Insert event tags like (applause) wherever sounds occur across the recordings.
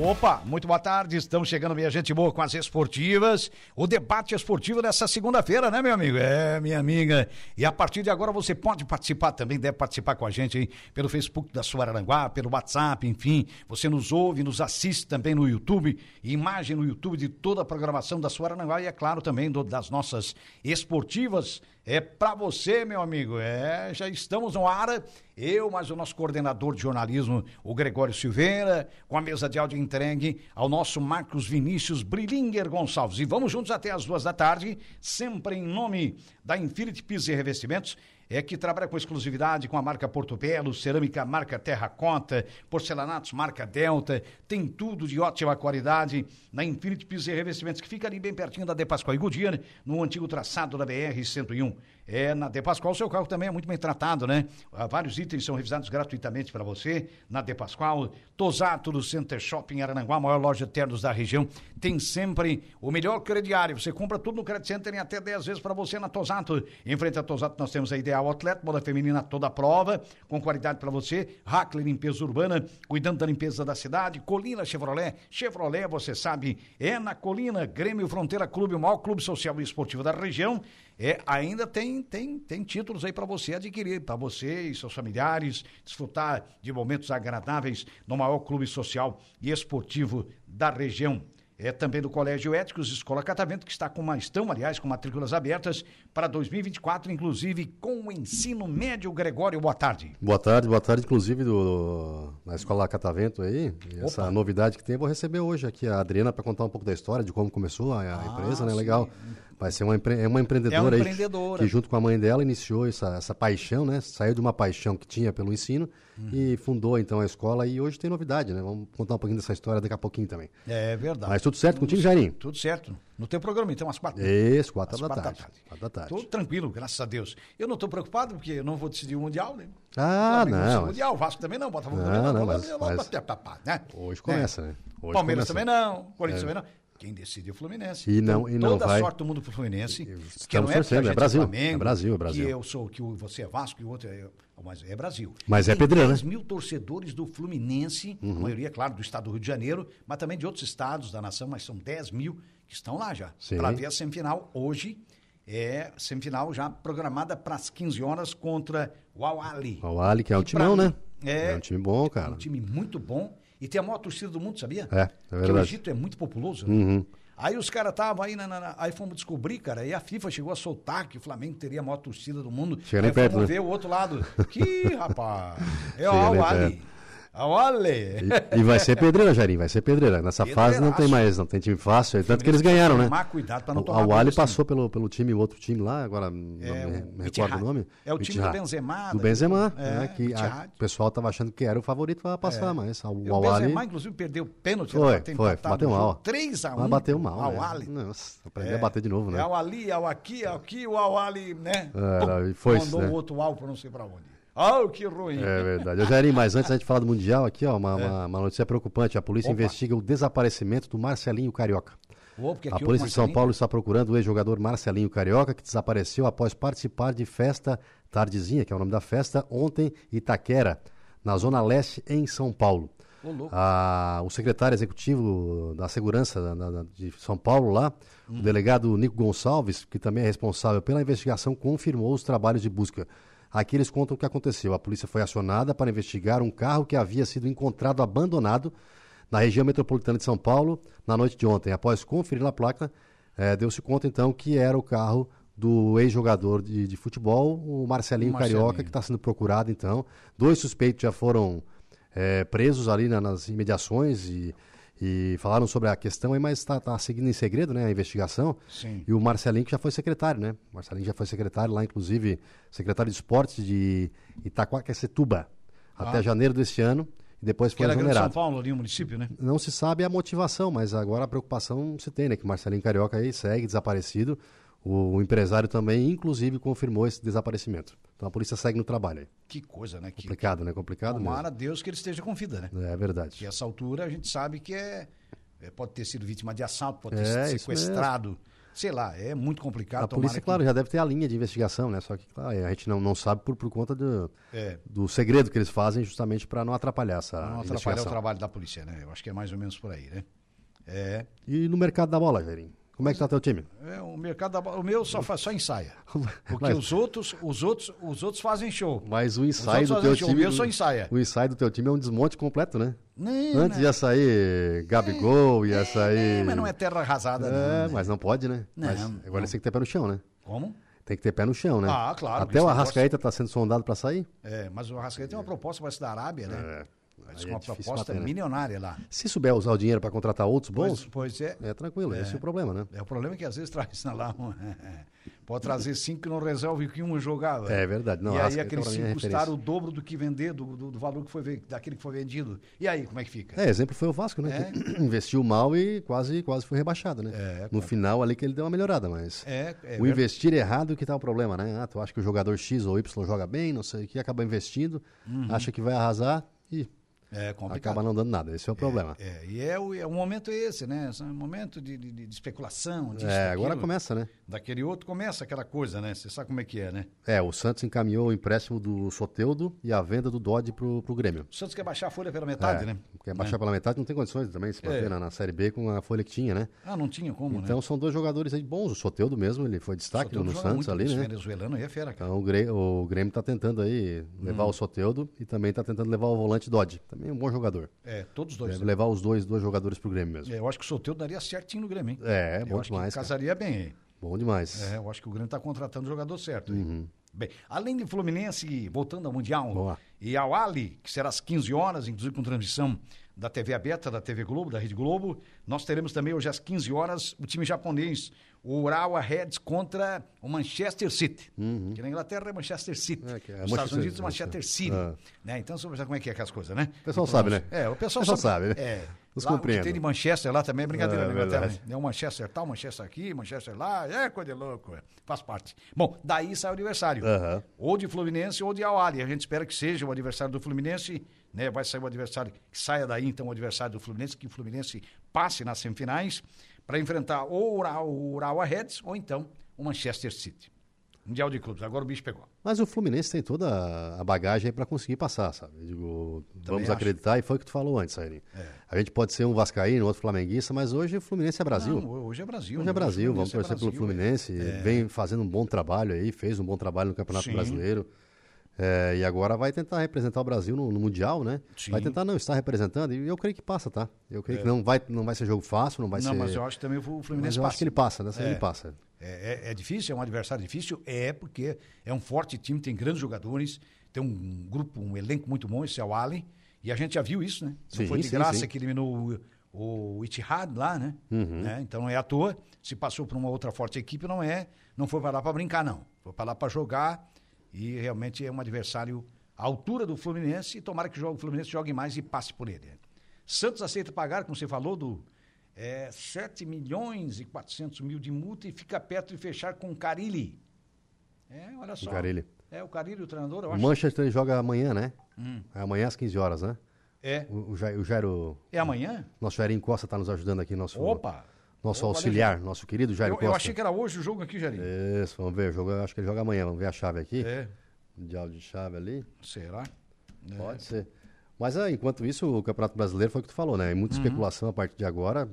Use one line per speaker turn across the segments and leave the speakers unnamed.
Opa, muito boa tarde. Estamos chegando, minha gente boa, com as esportivas. O debate esportivo dessa segunda-feira, né, meu amigo? É, minha amiga. E a partir de agora você pode participar também, deve participar com a gente aí pelo Facebook da Suaranguá, pelo WhatsApp, enfim. Você nos ouve, nos assiste também no YouTube, imagem no YouTube de toda a programação da Suaranguá e, é claro, também do- das nossas esportivas. É pra você, meu amigo. É, já estamos no ar. Eu, mas o nosso coordenador de jornalismo, o Gregório Silveira, com a mesa de áudio entregue ao nosso Marcos Vinícius Brilinger Gonçalves. E vamos juntos até as duas da tarde, sempre em nome da Infinity Pisa e Revestimentos. É que trabalha com exclusividade com a marca Porto Belo, cerâmica marca Terracota, porcelanatos marca Delta, tem tudo de ótima qualidade na Infinity Pisa e Revestimentos, que fica ali bem pertinho da De Pascoal e Goodyear, no antigo traçado da BR-101. É, na De Pascoal, seu carro também é muito bem tratado, né? Ah, Vários itens são revisados gratuitamente para você na De Pascoal. Tosato do Center Shopping Arananguá, a maior loja de ternos da região, tem sempre o melhor crediário. Você compra tudo no Credit Center em até 10 vezes para você na Tosato. Em frente à Tosato, nós temos a Ideal Atleta, moda feminina toda a prova, com qualidade para você. Hackler Limpeza Urbana, cuidando da limpeza da cidade. Colina Chevrolet. Chevrolet, você sabe, é na Colina. Grêmio Fronteira Clube, o maior clube social e esportivo da região. É, ainda tem, tem, tem títulos aí para você adquirir, para você e seus familiares desfrutar de momentos agradáveis no maior clube social e esportivo da região. É também do Colégio Éticos Escola Catavento, que está com uma, estão, aliás, com matrículas abertas para 2024, inclusive com o ensino médio. Gregório, boa tarde.
Boa tarde, boa tarde, inclusive do, na Escola Catavento aí, e essa novidade que tem, eu vou receber hoje aqui a Adriana para contar um pouco da história, de como começou a,
Ah,
a empresa, né, legal, vai ser uma, empre- é uma empreendedora, aí,
empreendedora.
que junto com a mãe dela iniciou essa, essa paixão, né, saiu de uma paixão que tinha pelo ensino
Uhum.
e fundou então a escola e hoje tem novidade, né, vamos contar um pouquinho dessa história daqui a pouquinho também.
É verdade.
Mas tudo certo contigo, Jairinho?
Tudo certo. No teu programa, então, às quatro.
Isso, quatro
Às
da
quatro da
tarde,
tarde.
quatro da tarde.
Tô tranquilo, graças a Deus. Eu não estou preocupado porque eu não vou decidir o Mundial, né?
Ah,
Flamengo decidiu
não,
O Mundial, o Vasco também não, Botafogo
Não,
também não.
não,
Flamengo
mas-
é logo
mas-
pra- pra- pra- né?
Hoje começa, né? Hoje
Palmeiras
começa.
também não, Corinthians também não. Quem decide é o Fluminense.
E não-
Então,
e não
toda
vai-
a sorte do mundo pro Fluminense. que
estamos
não é porque
torcendo,
a
é
gente
Brasil,
Flamengo,
é Brasil, é Brasil.
Que eu sou, que o- você é Vasco e o outro é... eu, Mas é Brasil.
Mas é
Tem
pedreira,
10
né? Uhum.
mil torcedores do Fluminense, a maioria, claro, do estado do Rio de Janeiro, mas também de outros estados da nação, mas são 10 mil que estão lá já.
Sim.
Para ver É a semifinal hoje, é semifinal já programada para as 15 horas contra o Al-Ali.
O Ali, que é um timão,
pra
né?
mim, é-
um time bom, cara.
Um time muito bom e tem a maior torcida do mundo, sabia?
É, é
Porque o
verdade. Uhum.
Egito é muito populoso. né? Aí os caras estavam aí, na, na- na- aí fomos descobrir, cara, e a FIFA chegou a soltar que o Flamengo teria a maior torcida do mundo.
Chega
aí
nem perto,
fomos
né?
ver o outro
(laughs)
lado. Que, rapaz, é o
Chega nem
Ali. Olha!
E, e vai ser pedreira, Jairinho, vai ser pedreira. Nessa fase não tem
Pedreiraço.
mais, não tem time fácil. é Tanto que eles ganharam, né?
Tomar cuidado pra não
O-
tomar
O Ali
gosto, né?
passou pelo, pelo time, o outro time lá, agora não me, me recordo
Ittihad.
o nome.
É o time do
Ittihad.
Benzema,
Do
daquele-
Benzema,
É,
né, que a-
Ittihad.
o pessoal estava achando que era o favorito para passar, mas o,
né? O
o Ali...
Benzema, inclusive, perdeu o pênalti.
Foi,
era pra ter
foi,
empatado
bateu
o jogo.
mal.
3 a 1
Mas bateu mal,
Ao
né?
Ali.
Nossa, aprendeu a bater de novo, né?
É o Ali, é o aqui, é o aqui, o ao Ali, né?
É, e foi-se,
Mandou
né?
o outro ao pra não sei pra onde. Ah, que ruim.
É verdade. Ô, Jairinho, mas antes da gente falar do Mundial aqui, ó, uma, uma- uma notícia preocupante. A polícia
É. Opa.
investiga o desaparecimento do Marcelinho Carioca.
Ô, porque
A
aqui o
polícia de São
Marcelinho-
Paulo está procurando o ex-jogador Marcelinho Carioca, que desapareceu após participar de festa Tardezinha, que é o nome da festa, ontem em Itaquera, na Zona Leste, em São Paulo.
Ô, louco.
Ah, o secretário executivo da Segurança da- da- da- de São Paulo, lá,
Hum.
o delegado Nico Gonçalves, que também é responsável pela investigação, confirmou os trabalhos de busca. Aqui eles contam o que aconteceu. A polícia foi acionada para investigar um carro que havia sido encontrado abandonado na região metropolitana de São Paulo na noite de ontem. Após conferir a placa, eh, deu-se conta então que era o carro do ex-jogador de, de futebol, o
O
Marcelinho,
Marcelinho.
Carioca, que está sendo procurado então. Dois suspeitos já foram eh, presos ali na- nas imediações e, e falaram sobre a questão, aí, mas está seguindo em segredo né, a investigação.
Sim.
E o Marcelinho que já foi secretário, né? O Marcelinho já foi secretário lá, inclusive secretário de esportes de Itaquaquecetuba até janeiro deste ano. e depois
Ah. Que
foi
era Grande São
exonerado.
Paulo ali, o município, né?
Não se sabe a motivação, mas agora a preocupação se tem, né? Que Marcelinho Carioca aí segue desaparecido. O, o empresário também, inclusive, confirmou esse desaparecimento. Então a polícia segue no trabalho aí.
Que coisa, né? Que
Complicado, né? Complicado
tomara a Deus que ele esteja com vida, né?
mesmo. É verdade.
Que essa altura a gente sabe que é, é- pode ter sido vítima de assalto, pode ter
É,
sido
isso
sequestrado. Sei lá, é muito complicado.
A polícia,
que-
claro, já deve ter a linha de investigação, né? Só que claro, a gente não, não sabe por, por conta do,
É.
do segredo que eles fazem, justamente para não atrapalhar essa
Pra não atrapalhar o
investigação.
trabalho da polícia, né? Eu acho que é mais ou menos por aí, né? É,
E no mercado da bola, Jairinho? Como é que tá teu time?
é o mercado da bola- o meu só faz só ensaia. Porque
(laughs) Mas-
os outros, os outros, os outros fazem show.
Mas o ensaio
outros
do
fazem
teu
show,
time.
o meu só ensaia.
O ensaio do teu time é um desmonte completo, né?
Não,
Antes
né?
ia sair Gabigol, ia
É,
sair.
mas não é terra arrasada, não.
É, mas não pode, né?
Não,
Mas
não.
agora eles têm que ter pé no chão, né?
Como?
Tem que ter pé no chão, né?
Ah, claro,
Até
esse
o
negócio-
Arrascaeta está sendo sondado para sair?
É, mas o Arrascaeta tem uma proposta, parece da Arábia, né? Parece
Aí
que é
é
uma
difícil
proposta
bater, né?
milionária lá.
Se souber usar o dinheiro para contratar outros bons,
Pois, pois é,
é tranquilo, esse é o problema, né?
é. O problema é que às vezes (laughs) traz né, lá um, Pode trazer cinco que não resolve o que um jogava.
É verdade, não,
e aí
Arrascaeta
aqueles
pra mim é
cinco custaram
referência.
o dobro do que vender, do, do, do valor que foi, ve- daquele que foi vendido. E aí, como é que fica?
É, exemplo foi o Vasco, né? Que (clears throat) investiu mal e quase, quase foi rebaixado, né? no final ali que ele deu uma melhorada, mas.
É, é
o
ver-
investir errado que tá o problema, né? Ah, tu acha que o jogador X ou Y joga bem, não sei o que, acaba investindo,
Uhum.
acha que vai arrasar e
é complicado.
acaba não dando nada. Esse é o problema.
É, e é o, é o momento esse, né? É um momento de, de, de especulação, disso,
É, agora
daquilo.
começa, né?
Daquele outro começa aquela coisa, né? Você sabe como é que é, né?
É, o Santos encaminhou o empréstimo do Soteudo e a venda do Dodge pro, pro Grêmio.
O Santos quer baixar a folha pela metade,
é,
né?
Quer baixar pela metade, não tem condições também de se bater
É.
na, na Série B com a folha que tinha, né?
Ah, não tinha como, né?
Então são dois jogadores aí bons. O Soteudo mesmo, ele foi destaque
Soteldo
no
joga
Santos
muito,
ali,
esse
né?
venezuelano aí é fera, cara.
Então o Grê- o Grêmio tá tentando aí levar
Hum.
o Soteudo e também tá tentando levar o volante Dodge. Também é um bom jogador.
É, todos dois.
Deve
né?
levar os dois, dois jogadores pro Grêmio mesmo.
É, eu acho que o Soteldo daria certinho no Grêmio, hein?
É,
eu
bom
acho
demais.
que
cara.
casaria bem. hein?
Bom demais.
É, eu acho que o Grêmio tá contratando o jogador certo. hein?
Uhum.
Bem, além do Fluminense, voltando ao Mundial,
Vamos lá.
e ao Ali, que será às 15 horas, inclusive com transmissão da TV aberta, da TV Globo, da Rede Globo, nós teremos também hoje às 15 horas o time japonês, o Urawa Reds contra o Manchester City. Que na Inglaterra é Manchester City.
Uhum. É, que é
Nos Estados
Manchester-
Unidos, Manchester City.
Ah.
Né? Então, você sabe como é que é aquelas coisas, né?
O pessoal sabe, né?
É, o pessoal,
sabe, né?
É.
Nos
lá, o que
compreendo.
tem de Manchester lá também é brincadeira,
É,
né, Inglaterra,
verdade.
né? É um Manchester tal, Manchester aqui, Manchester lá, é coisa de louco, é. faz parte. Bom, daí sai o adversário.
Aham.
Ou de Fluminense ou de Awali. A gente espera que seja o adversário do Fluminense, né? Vai sair o adversário, que saia daí então o adversário do Fluminense, que o Fluminense passe nas semifinais para enfrentar ou o Ura- o Urawa Reds ou então o Manchester City. Mundial de clubes, agora o bicho pegou.
Mas o Fluminense tem toda a bagagem aí pra conseguir passar, sabe? Eu digo, vamos
acho. É.
acreditar, e foi o que tu falou antes, Aine. A gente pode ser um vascaíno, outro flamenguista, mas hoje o Fluminense é Brasil.
Não, hoje é Brasil.
Hoje
né?
é Brasil, vamos
Fluminense é
torcer pelo
Brasil, é.
Fluminense. Vem fazendo um bom trabalho aí, fez um bom trabalho no Campeonato
Sim.
Brasileiro. É, e agora vai tentar representar o Brasil no, no Mundial, né?
Sim. É.
Vai tentar não estar representando, e eu creio que passa, tá? Eu creio que não vai, não vai ser jogo fácil, não vai
Não,
ser.
mas eu acho que também o
mas
Fluminense
eu
passa.
acho que ele passa, né?
É.
Ele passa.
É, é- é difícil, é um adversário difícil? É, porque é um forte time, tem grandes jogadores, tem um grupo, um elenco muito bom, esse é o Allen. E a gente já viu isso, né? Não
Sim,
foi de
sim,
graça
sim.
que eliminou o, o Itihad lá, né?
Uhum.
Né? Então não é à toa. Se passou por uma outra forte equipe, não é. Não foi para lá para brincar, não. Foi para lá para jogar e realmente é um adversário à altura do Fluminense e tomara que jogue- o Fluminense jogue mais e passe por ele. Santos aceita pagar, como você falou, do é, 7 milhões e 400 mil de multa e fica perto de fechar com o Carilli. É, olha só.
Carilli.
É, o Carilli, o treinador, eu
O
acho. Hum.
Manchester joga amanhã, né? É amanhã às 15 horas, né?
É,
O, o Jair- o Jairo.
é amanhã?
Nosso Jairinho Costa está nos ajudando aqui, nosso,
Opa!
nosso
Opa,
auxiliar, nosso querido Jairo
Eu,
Costa.
eu achei que era hoje o jogo aqui, Jari.
Isso, vamos ver. o Jogo, eu acho que ele joga amanhã, vamos ver a chave aqui.
É.
Mundial de chave ali.
Será?
Pode ser. Mas ah, enquanto isso, o Campeonato Brasileiro foi o que tu falou, né? Muita especulação a partir de agora,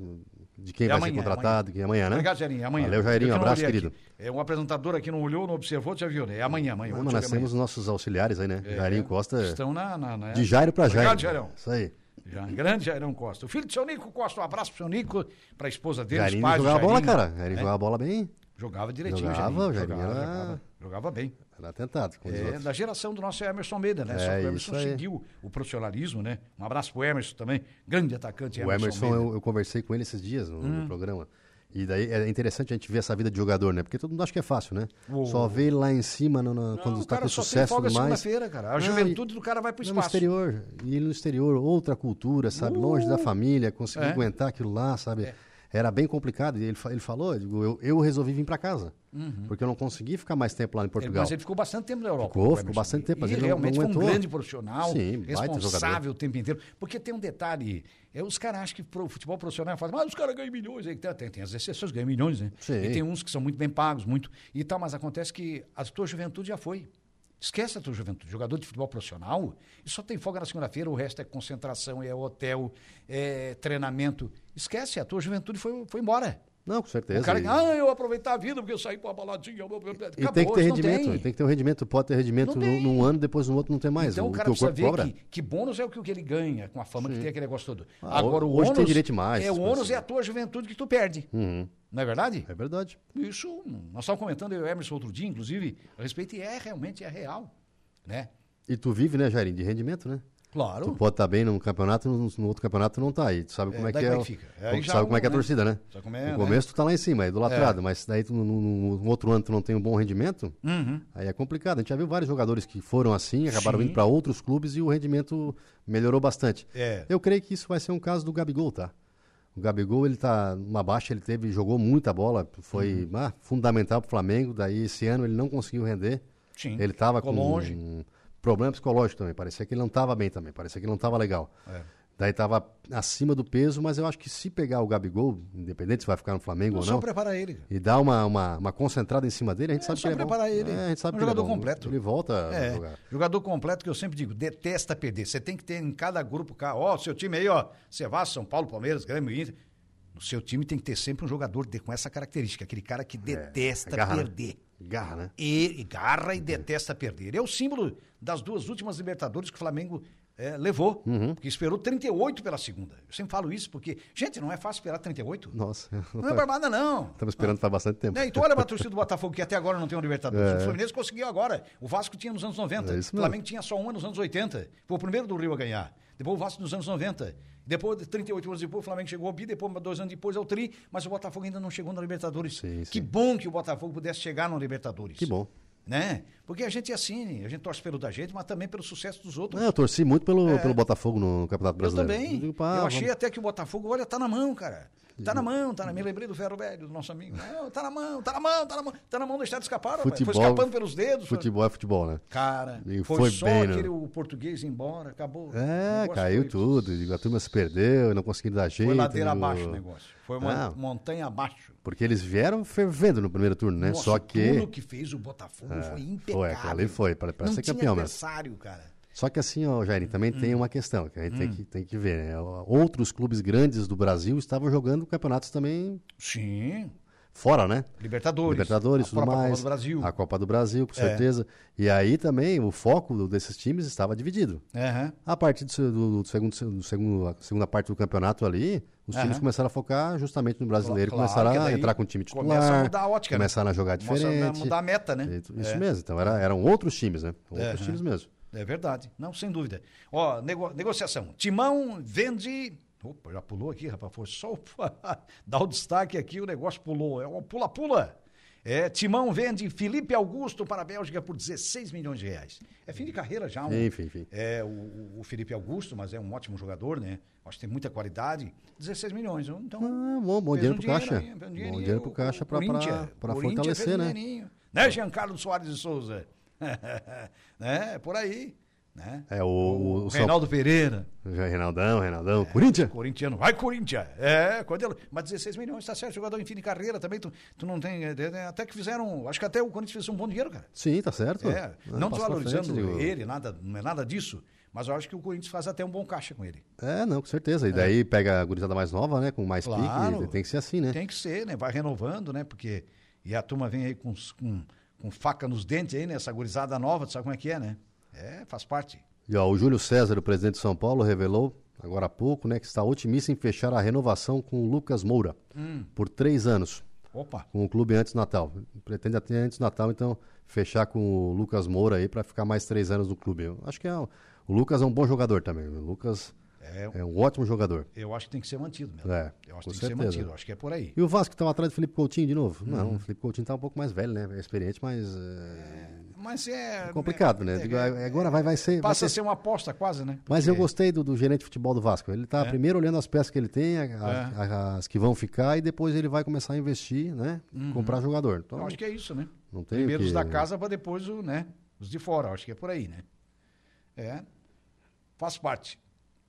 de quem
Uhum. É
vai
amanhã,
ser contratado, quem é amanhã, né?
Obrigado, Jairinho. É Amanhã.
Valeu,
Eu
Jairinho.
que não
abraço,
olhei aqui.
querido.
É um apresentador aqui não olhou, não observou, já viu, né? É amanhã, amanhã.
Ah,
Vamos
mas
ver
nós temos os nossos auxiliares aí, né?
amanhã.
Jairinho
É,
Costa,
Estão na. na, na
de Jairo pra Jairo.
Obrigado, Jairão.
Isso aí.
Já, grande Jairão Costa. O filho do seu Nico Costa, um abraço pro seu Nico, pra esposa dele,
Jairinho
os pais do
jogava bola,
Jairinho. É.
cara. Jairinho jogava bola bem,
Jogava direitinho,
Jogava,
Jairinho.
o Jairinho
Jogava,
era-
jogava, jogava bem.
era tentado. como diz
É,
outro.
da geração do nosso Emerson Almeida, né?
É,
Só que o
isso
Emerson
aí.
seguiu o profissionalismo, né? Um abraço pro Emerson também, grande atacante
O Emerson, é
Almeida. Hum.
eu, eu conversei com ele esses dias no, no programa. E daí é interessante a gente ver essa vida de jogador, né? Porque todo mundo acha que é fácil, né? Só vê lá em cima no, no- quando
o
está
cara
com
só tem
sucesso
folga
e tudo mais.
segunda-feira, cara. A
Não,
juventude
e-
do cara vai pro
não,
espaço. Uh.
No exterior. E ele no exterior, outra cultura, sabe? Longe da família, conseguir
É.
aguentar aquilo lá, sabe? Era bem complicado. E ele, fa- ele falou, eu, digo, eu, eu resolvi vir para casa. Porque eu não consegui ficar mais tempo lá em
Uhum. Ele-
Portugal.
mas ele ficou bastante tempo na Europa.
Ficou,
o
ficou
Emerson.
bastante tempo, mas
E
ele não-
realmente foi
não
um
aguentou.
grande profissional,
Sim, baita
responsável
jogador.
o tempo inteiro. Porque tem um detalhe, é, os caras acham que pro futebol profissional fala, mas os caras ganham milhões. Aí, tá, tem, tem as exceções que ganham milhões, né?
Sim.
E tem uns que são muito bem pagos, muito e tal, mas acontece que a tua juventude já foi. Esquece a tua juventude. Jogador de futebol profissional só tem folga na segunda-feira, o resto é concentração, é hotel, é treinamento. Esquece, a tua juventude foi, foi embora.
Não, com certeza.
O cara,
E-
ah, eu aproveitar a vida porque eu saí pra baladinha. eu- eu- eu-
E
Acabou,
tem que ter
isso não
rendimento, tem.
tem.
que ter um rendimento, pode ter rendimento
Não
num,
tem.
num ano, depois no outro não tem mais.
Então o
que
cara precisa
corpo
ver
cobra.
que, que bônus é o que, o que ele ganha com a fama que tem aquele negócio todo.
Ah,
Agora o
hoje tem
ônus
direito mais, assim.
É, o
essas
ônus
coisas.
é a tua juventude que tu perde. Não é verdade?
É verdade.
Isso, nós estávamos comentando, eu e o Emerson outro dia, inclusive, a respeito, e é realmente, é real. Né?
E tu vive, né, Jairinho, de rendimento, né?
Claro.
Tu pode estar bem num campeonato, no, no outro campeonato tu não tá aí. Tu sabe como é que
daí
é.
como Oh. é
o-
que fica? Aí já
sabe como é que é a
não-
torcida, né?
Sabe como é,
no
né?
começo tu tá lá em cima, é idolatrado, mas daí tu, no, no- no outro ano tu não tem um bom rendimento, aí é complicado. A gente já viu vários jogadores que foram assim, acabaram
Uhum. Sim.
vindo para outros clubes e o rendimento melhorou bastante.
É.
Eu creio que isso vai ser um caso do Gabigol, tá? O Gabigol, ele tá numa baixa, ele teve, jogou muita bola, foi
Uhum.
ah, fundamental pro Flamengo, daí esse ano ele não conseguiu render.
Sim.
Ele tava
Ficou
com
longe.
um problema psicológico também, parecia que ele não tava bem também, parecia que ele não tava legal.
É.
Daí tava acima do peso, mas eu acho que se pegar o Gabigol, independente se vai ficar no Flamengo
Não,
ou
só
não,
preparar ele. cara.
e dar uma, uma, uma concentrada em cima dele, a gente sabe
só
que ele é bom.
preparar ele.
É, a gente sabe
Um
que ele é
jogador
bom.
completo.
Ele volta a
É,
jogar.
jogador completo que eu sempre digo, detesta perder. Você tem que ter em cada grupo, cá, ó, seu time aí, ó, Cevasco, São Paulo, Palmeiras, Grêmio, Inter. No seu time tem que ter sempre um jogador de- com essa característica, aquele cara que detesta
garra, É, né?
perder.
Garra, né?
E, e garra e detesta perder. É o símbolo das duas últimas Libertadores que o Flamengo eh, levou,
Uhum.
porque esperou 38 pela segunda. Eu sempre falo isso porque, gente, não é fácil esperar 38.
Nossa, (laughs)
Não é barbada, não.
estamos esperando faz bastante tempo.
Né? Então olha pra torcida do Botafogo, que até agora não tem um Libertadores. O Fluminense conseguiu agora. O Vasco tinha nos anos 90.
É
o
isso mesmo.
Flamengo tinha só uma nos anos 80. Foi o primeiro do Rio a ganhar. Depois o Vasco nos anos 90. Depois, 38 anos depois, o Flamengo chegou ao bi, depois, dois anos depois, ao tri, mas o Botafogo ainda não chegou na Libertadores.
Sim, sim.
Que bom que o Botafogo pudesse chegar na Libertadores.
Que bom.
Né? Porque a gente é assim, a gente torce pelo da gente, mas também pelo sucesso dos outros.
Não, É, eu torci muito pelo, pelo Botafogo no, no
É.
Campeonato
Eu
Brasileiro.
também.
digo, pá,
eu achei
vamos-
até que o Botafogo, olha, tá na mão, cara. Tá na mão, tá na mão. Lembrei do Ferro Velho, do nosso amigo. Não, tá na mão, tá na mão, tá na mão. Tá na mão do Estado escapar, rapaz. Foi
Futebol-
escapando pelos dedos. foi-
Futebol é futebol, né?
Cara,
E
foi,
foi
só
bem, né?
aquele o português ir embora, acabou. O
É,
negócio
caiu
foi-
tudo. digo, A turma se perdeu, não conseguiram dar jeito.
Foi ladeira
digo,
abaixo né? o negócio. Foi uma
Ah.
montanha abaixo.
Porque eles vieram fervendo no primeiro turno, né?
Nossa,
Só que. É,
tudo que fez o Botafogo foi impecável.
aquele foi, pra- pra
Não
ser
tinha
campeão né? mesmo.
adversário, cara.
Só que assim, ó, Jair, também tem
Hum.
uma questão que a gente tem, que, tem que ver. Né? Outros clubes grandes do Brasil estavam jogando campeonatos também
Sim.
fora, né?
Libertadores.
Libertadores,
a
tudo
própria
mais.
Copa do Brasil. É.
A Copa do Brasil, com certeza. E aí também o foco do- desses times estava dividido.
Aham.
A partir do, se- do- do segundo, do segundo- a segunda parte do campeonato ali, os times
Aham.
começaram a focar justamente no brasileiro,
Claro, que
começaram a
daí
entrar com o time titular,
começa a mudar a ótica, né?
começaram a jogar
Começa a
diferente.
mudar a meta, né?
E- Isso mesmo, então era- eram outros times, né? Outros
Aham.
times mesmo.
É verdade, não, sem dúvida. Ó, nego- negociação. Timão vende. Opa, já pulou aqui, rapaz. Foi só o- (laughs) dar o destaque aqui, o negócio pulou. É uma pula-pula. É, Timão vende Felipe Augusto para a Bélgica por 16 milhões de reais. É fim de carreira já. Um,
Enfim, enfim.
É, o- o, o Felipe Augusto, mas é um ótimo jogador, né? Acho que tem muita qualidade. 16 milhões. Então,
Ah, bom, bom
fez
dinheiro pro caixa.
dinheirinho, fez um
Bom
dinheirinho.
dinheiro pro
O-
caixa
o
pra- pra-
Corinthians-
pra
o Corinthians fez
fortalecer,
um
né?
dinheirinho. Né, Giancarlo Soares de Souza? (laughs) né? É por aí, né?
É, o- o- o São-
Reinaldo É. Pereira,
Já Reinaldão, Reinaldão, Corinthians.
corintiano. Vai, Corinthians! É, quando ele... Mas 16 milhões, tá certo, jogador em fim de carreira também, tu, tu não tem... é, é, Até que fizeram... Acho que até o Corinthians fez um bom dinheiro, cara.
Sim, tá certo.
É, não
passa pra
desvalorizando
frente, digo.
ele, nada, não é nada disso, mas eu acho que o Corinthians faz até um bom caixa com ele.
É, não, com certeza. E daí pega a gurizada mais nova, né? Com mais
Claro.
pique. Tem que ser assim, né?
Tem que ser, né? Vai renovando, né? Porque. E a turma vem aí com, os- com, com faca nos dentes aí, né? Essa gurizada nova, tu sabe como é que é, né? É, faz parte.
E ó, o Júlio César, o presidente de São Paulo, revelou agora há pouco, né? Que está otimista em fechar a renovação com o Lucas Moura
Hum.
por três anos.
Opa!
Com o clube antes do Natal. Pretende até antes do Natal, então, fechar com o Lucas Moura aí pra ficar mais três anos no clube. Eu acho que é, um- o Lucas é um bom jogador também. O Lucas
É,
É um ótimo jogador.
eu acho que tem que ser mantido mesmo.
É,
eu acho que tem
com
que ser
certeza.
mantido, eu acho que é por aí.
E o Vasco estava atrás do Felipe Coutinho de novo? Não,
Uhum.
o Felipe Coutinho tá um pouco mais velho, né? É experiente, mas é,
Mas é.
é complicado, né? Digo,
é-
agora vai, vai ser. vai
Passa a
ser-
ser uma aposta quase, né?
Mas eu
Porque-
gostei do, do gerente de futebol do Vasco. Ele
É.
está primeiro olhando as peças que ele tem, a- a- a- as que vão ficar, e depois ele vai começar a investir, né? Comprar jogador. Então,
Uhum. Eu acho que é isso, né?
não tem o
Primeiro os
que-
da casa para depois o, né, os de fora. Acho que é por aí, né? É. Faz parte.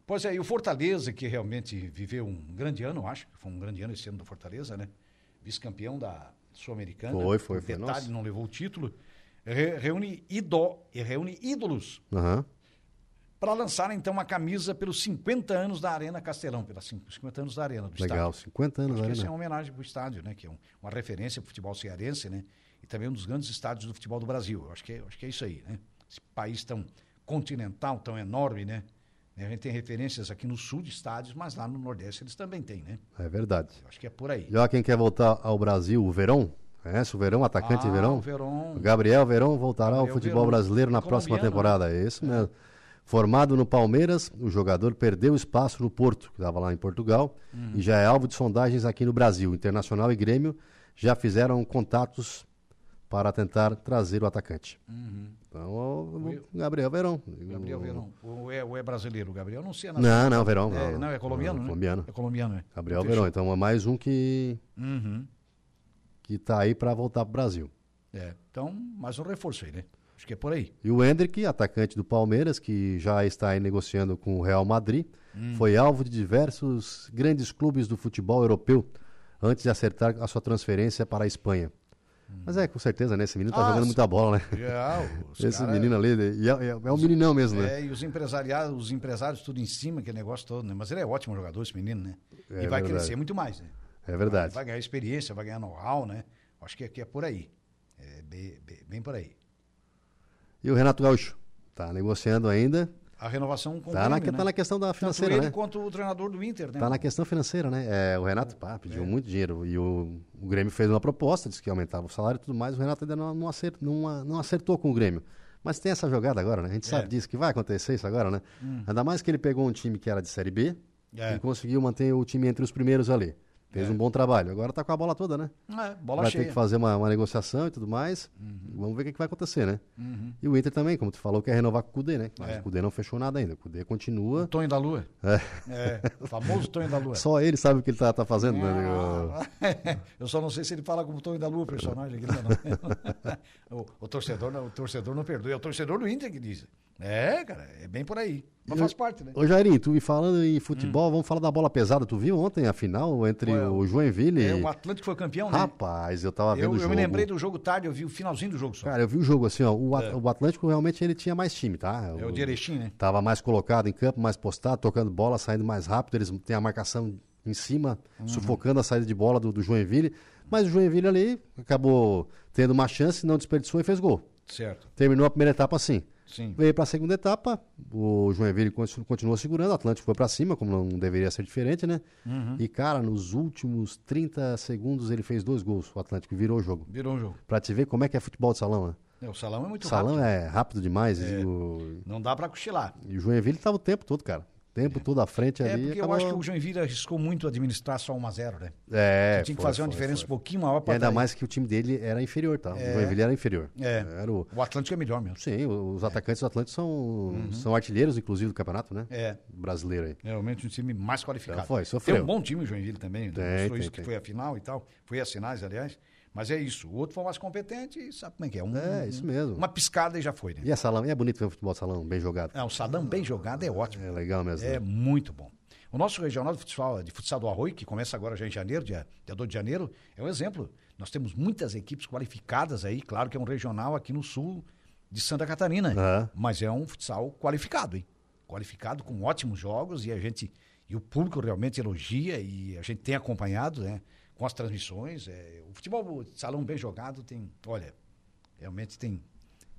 Pois é, e o Fortaleza, que realmente viveu um grande ano, eu acho que foi um grande ano esse ano do Fortaleza, né? Vice-campeão da Sul-Americana. Um
Foi, foi, foi,
Detalhe,
nossa.
não levou o título. Re- reúne, idó, e reúne ídolos
Aham.
para lançar, então, uma camisa pelos 50 anos da Arena Castelão, pelos 50 anos da Arena do
Legal,
estádio.
50 anos,
Acho que
né?
essa é uma homenagem para o estádio, né? Que é um- uma referência para o futebol cearense, né? E também um dos grandes estádios do futebol do Brasil. Eu acho que, é- eu acho que é isso aí, né? Esse país tão continental, tão enorme, né? Né, A gente tem referências aqui no sul de estádios, mas lá no Nordeste eles também têm, né?
É verdade.
Eu acho que é por aí.
E ó, quem quer voltar ao Brasil, o Verão. Conhece o Verão, atacante
Ah,
Verão?
o Verón.
O Gabriel Verão voltará ao
Gabriel
futebol
Verón.
brasileiro na próxima
Colombiano, né?
temporada. É isso mesmo. Formado no Palmeiras, o jogador perdeu espaço no Porto, que estava lá em Portugal,
Hum.
e já é alvo de sondagens aqui no Brasil. Internacional e Grêmio já fizeram contatos para tentar trazer o atacante. Então, o, o Gabriel Verão.
Uhum. Gabriel
O-
Verão. Ou é, ou é brasileiro, o Gabriel? Não sei. a nação-
Não, não, Verão.
é, não, é colombiano, né?
Colombiano.
É colombiano, né?
Gabriel
Fechou.
Verão. Então é mais um que
Uhum.
que tá aí para voltar pro Brasil.
É, então, mais um reforço aí, né? Acho que é por
(laughs)
aí.
E o Hendrick, atacante do Palmeiras, que já está aí negociando com o Real Madrid,
Hum.
foi alvo de diversos grandes clubes do futebol europeu antes de acertar a sua transferência para a Espanha. Mas é, com certeza, né? Esse menino tá
Hum. Ah,
jogando
sim.
muita bola, né?
Já, Ah, os
Esse
cara-
menino ali, e é, é- é um meninão mesmo, né?
É, e os empresariados, os empresários tudo em cima, aquele negócio todo, né? Mas ele é ótimo jogador, esse menino, né?
É
e vai
verdade.
crescer muito mais, né?
É verdade.
Vai ganhar experiência, vai ganhar know-how, né? Acho que aqui é por aí. É bem, bem- bem por aí.
E o Renato Gaúcho, tá negociando ainda.
A renovação com o
Tá na,
Grêmio,
tá na
né?
questão da
Tanto
financeira,
ele
né?
quanto o treinador do Inter, né?
Tá na questão financeira, né? É, o Renato pá, pediu muito dinheiro. E o, o Grêmio fez uma proposta, disse que aumentava o salário e tudo mais. O Renato ainda não, não, acer- não a- não acertou com o Grêmio. Mas tem essa jogada agora, né? A
É.
gente sabe disso, que vai acontecer isso agora, né? Ainda mais que ele pegou um time que era de Série B
Hum. É.
e conseguiu manter o time entre os primeiros ali. Fez um bom trabalho. Agora tá com a bola toda, né?
É, bola
vai
cheia. Uhum.
ter que fazer uma, uma negociação e tudo mais. Vamos ver o que, que vai acontecer, né? E o Inter também, como tu falou, quer renovar com o Cudê, né? Mas
É.
o Cudê não fechou nada ainda. O Cudê continua.
Tonho da Lua. É. o famoso Tonho da Lua.
(laughs) Só ele sabe o que ele tá, tá fazendo, né? Eu-
É. Ah, Eu só não sei se ele fala como Tonho da Lua, o personagem aqui, né? não. (laughs) o, o torcedor não, o torcedor não perdoa, é o torcedor do Inter que diz. É, cara, é bem por aí. Mas faz parte, né?
Ô Jairinho, tu me falando em futebol, vamos falar da bola pesada. Tu viu ontem a final entre
Ué,
o Joinville
Hum. É,
e.
o Atlântico foi campeão, né?
Rapaz, eu tava vendo
eu,
o
eu
jogo.
me lembrei do jogo tarde, eu vi o finalzinho do jogo só.
Cara, eu vi o jogo assim, ó. O, At- o Atlético realmente ele tinha mais time, tá?
é o de Erechim, né?
Tava mais colocado em campo, mais postado, tocando bola, saindo mais rápido. Eles têm a marcação em cima,
Uhum.
sufocando a saída de bola do, do Joinville. Mas o Joinville ali acabou tendo uma chance, não desperdiçou e fez gol.
Certo.
Terminou a primeira etapa assim.
Sim.
Veio para a segunda etapa, o Joinville continu- continuou segurando, o Atlântico foi para cima, como não deveria ser diferente, né?
Uhum.
E, cara, nos últimos 30 segundos ele fez dois gols, o Atlântico virou o jogo.
Virou um jogo.
Para te ver como é que é futebol de salão, né?
É, o salão é muito
salão
rápido.
é rápido demais e, o,
Não dá pra cochilar.
e o Joinville tava o tempo todo, cara. O tempo todo à frente
É
ali.
porque eu
acabou-
acho que o Joinville arriscou muito administrar só 1 a 0 né?
É,
Tinha que
foi,
fazer uma
foi,
diferença um
foi.
pouquinho maior
E
pra
ainda
trás.
mais que o time dele era inferior, tá? O Joinville era inferior.
É.
Era o...
O Atlântico é melhor mesmo.
Sim, os atacantes do Atlântico são, são artilheiros, inclusive, do campeonato, né?
É.
Brasileiro aí.
Realmente um time mais qualificado.
Então foi, sofreu.
Tem um bom time o Joinville também, né? mostrou
tem,
isso que
tem.
foi a final e tal, foi as finais, aliás. Mas é isso, o outro foi o mais competente e sabe como é que é. Um-
É, isso mesmo.
Uma piscada e já foi, né?
E é salão, e é bonito ver o futebol de salão, bem jogado.
Ah, o salão bem jogado é ótimo.
É legal mesmo.
É
né?
muito bom. O nosso regional de futsal, de futsal do Arroio, que começa agora já em janeiro, dia, dia 2 de janeiro, é um exemplo. Nós temos muitas equipes qualificadas aí, claro que é um regional aqui no sul de Santa Catarina,
Aham.
mas é um futsal qualificado, hein? Qualificado com ótimos jogos e a gente e o público realmente elogia e a gente tem acompanhado, né, com as transmissões, é, o futebol de salão bem jogado tem, olha, realmente tem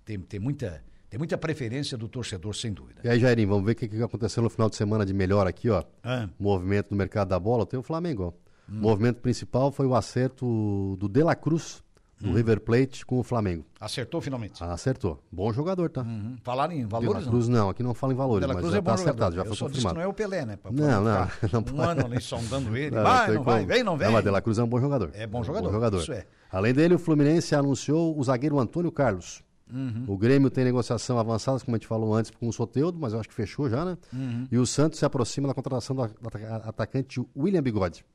tem, tem muita tem muita preferência do torcedor, sem dúvida.
E aí, Jairinho, vamos ver o que, que aconteceu no final de semana de melhor aqui, ó.
Ah.
Movimento no
Hum.
mercado da bola, tem o Flamengo. ó. O movimento principal foi o acerto do De La Cruz
Hum.
do River Plate com o Flamengo.
Acertou finalmente.
Ah, acertou. Bom jogador, tá?
Uhum. Falaram em valores?
Dela Cruz não, aqui não fala em valores,
Dela
mas
Cruz
já
é bom
tá
jogador.
acertado, já
Eu
foi
só disse que
confirmado.
não é o Pelé, né? Pra-
Não,
pra
não,
ficar
(laughs) não
um
pode.
ano ali sondando ele.
Não,
vai,
É, tem
não vai,
como.
vem, não vem.
Não, mas De La Cruz é um bom jogador.
É bom jogador, isso é.
Além dele, o Fluminense anunciou o zagueiro Antônio Carlos.
Uhum.
O Grêmio tem negociação avançada, como a gente falou antes, com o Soteudo, mas eu acho que fechou já, né?
Uhum.
E o Santos se aproxima da contratação do ata- atacante William Bigode.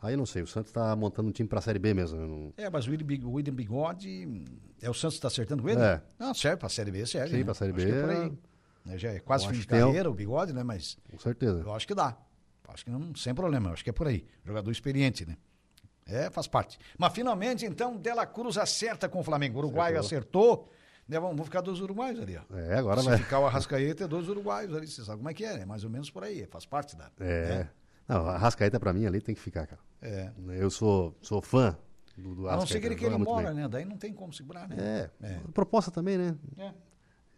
Aí eu não sei, o Santos está montando um time para a Série B mesmo. eu não-
É, mas o William, Big- o William Bigode. É o Santos que tá acertando com ele?
É.
Não, serve pra Série B, serve.
Sim,
né?
pra Série
Acho
B,
que é por aí.
é.
Né, Já é quase
Eu
fim
acho
de
que tem um- o-
carreira, o Bigode, né? Mas
Com certeza.
eu acho que dá. Acho que não, sem problema, eu acho que é por aí. Jogador experiente, né? É, faz parte. Mas finalmente, então, Dela Cruz acerta com o Flamengo. O Uruguai acertou. né, vamos, vão ficar dois uruguaios ali, ó.
É, agora
Se
vai.
ficar o Arrascaeta, é dois uruguaios ali. Você sabe como é que é, né? Mais ou menos por aí. Faz parte da.
É.
né?
Não, a Rascaeta pra mim ali tem que ficar, cara.
É.
Eu sou, sou fã do, do
A não
Rascaeta.
ser que ele
joga
queira ir
é muito
embora,
bem.
né? Daí não tem como segurar, né?
É.
É.
Proposta também, né?
É.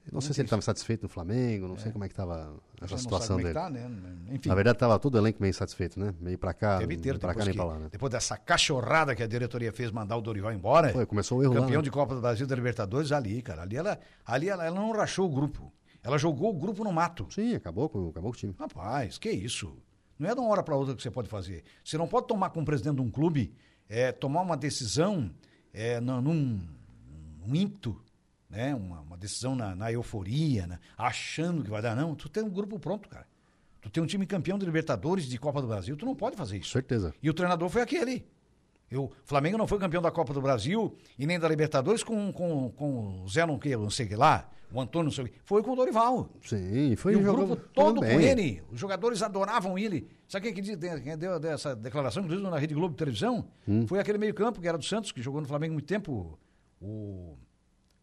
Eu Não sei se ele estava satisfeito no Flamengo, não sei como é que estava
Você
essa
não
situação
sabe como é que tá,
dele.
né? Enfim,
Na verdade, estava todo elenco meio insatisfeito, né? Meio pra cá,
teve inteiro assim.
nem pra cá,
depois,
nem
que-
pra lá, né?
depois dessa cachorrada que a diretoria fez mandar o Dorival embora.
Foi, começou o erro
campeão
lá, né?
de Copa do Brasil da Libertadores ali, cara. Ali ela, ali ela, ela não rachou o grupo. Ela jogou o grupo no mato.
Sim, acabou com, acabou com o time.
Rapaz, que isso? Não é de uma hora para outra que você pode fazer. Você não pode tomar como presidente de um clube, eh, tomar uma decisão eh, na- num, num ímpeto, né? uma, uma decisão na, na euforia, né? achando que vai dar. Não, tu tem um grupo pronto, cara. Tu tem um time campeão de Libertadores, de Copa do Brasil, tu não pode fazer
Com
isso.
certeza.
E o treinador foi aquele. Eu- O Flamengo não foi campeão da Copa do Brasil e nem da Libertadores com, com, com o Zé não, que- não sei que lá, o Antônio não sei o que. Foi com o Dorival.
Sim, foi um
E o
jogou-
grupo
jogou
todo com
bem.
ele. Os jogadores adoravam ele. Sabe quem, é que diz- quem deu essa declaração, inclusive, na Rede Globo de Televisão?
Hum.
Foi aquele meio-campo que era do Santos, que jogou no Flamengo há muito tempo. O.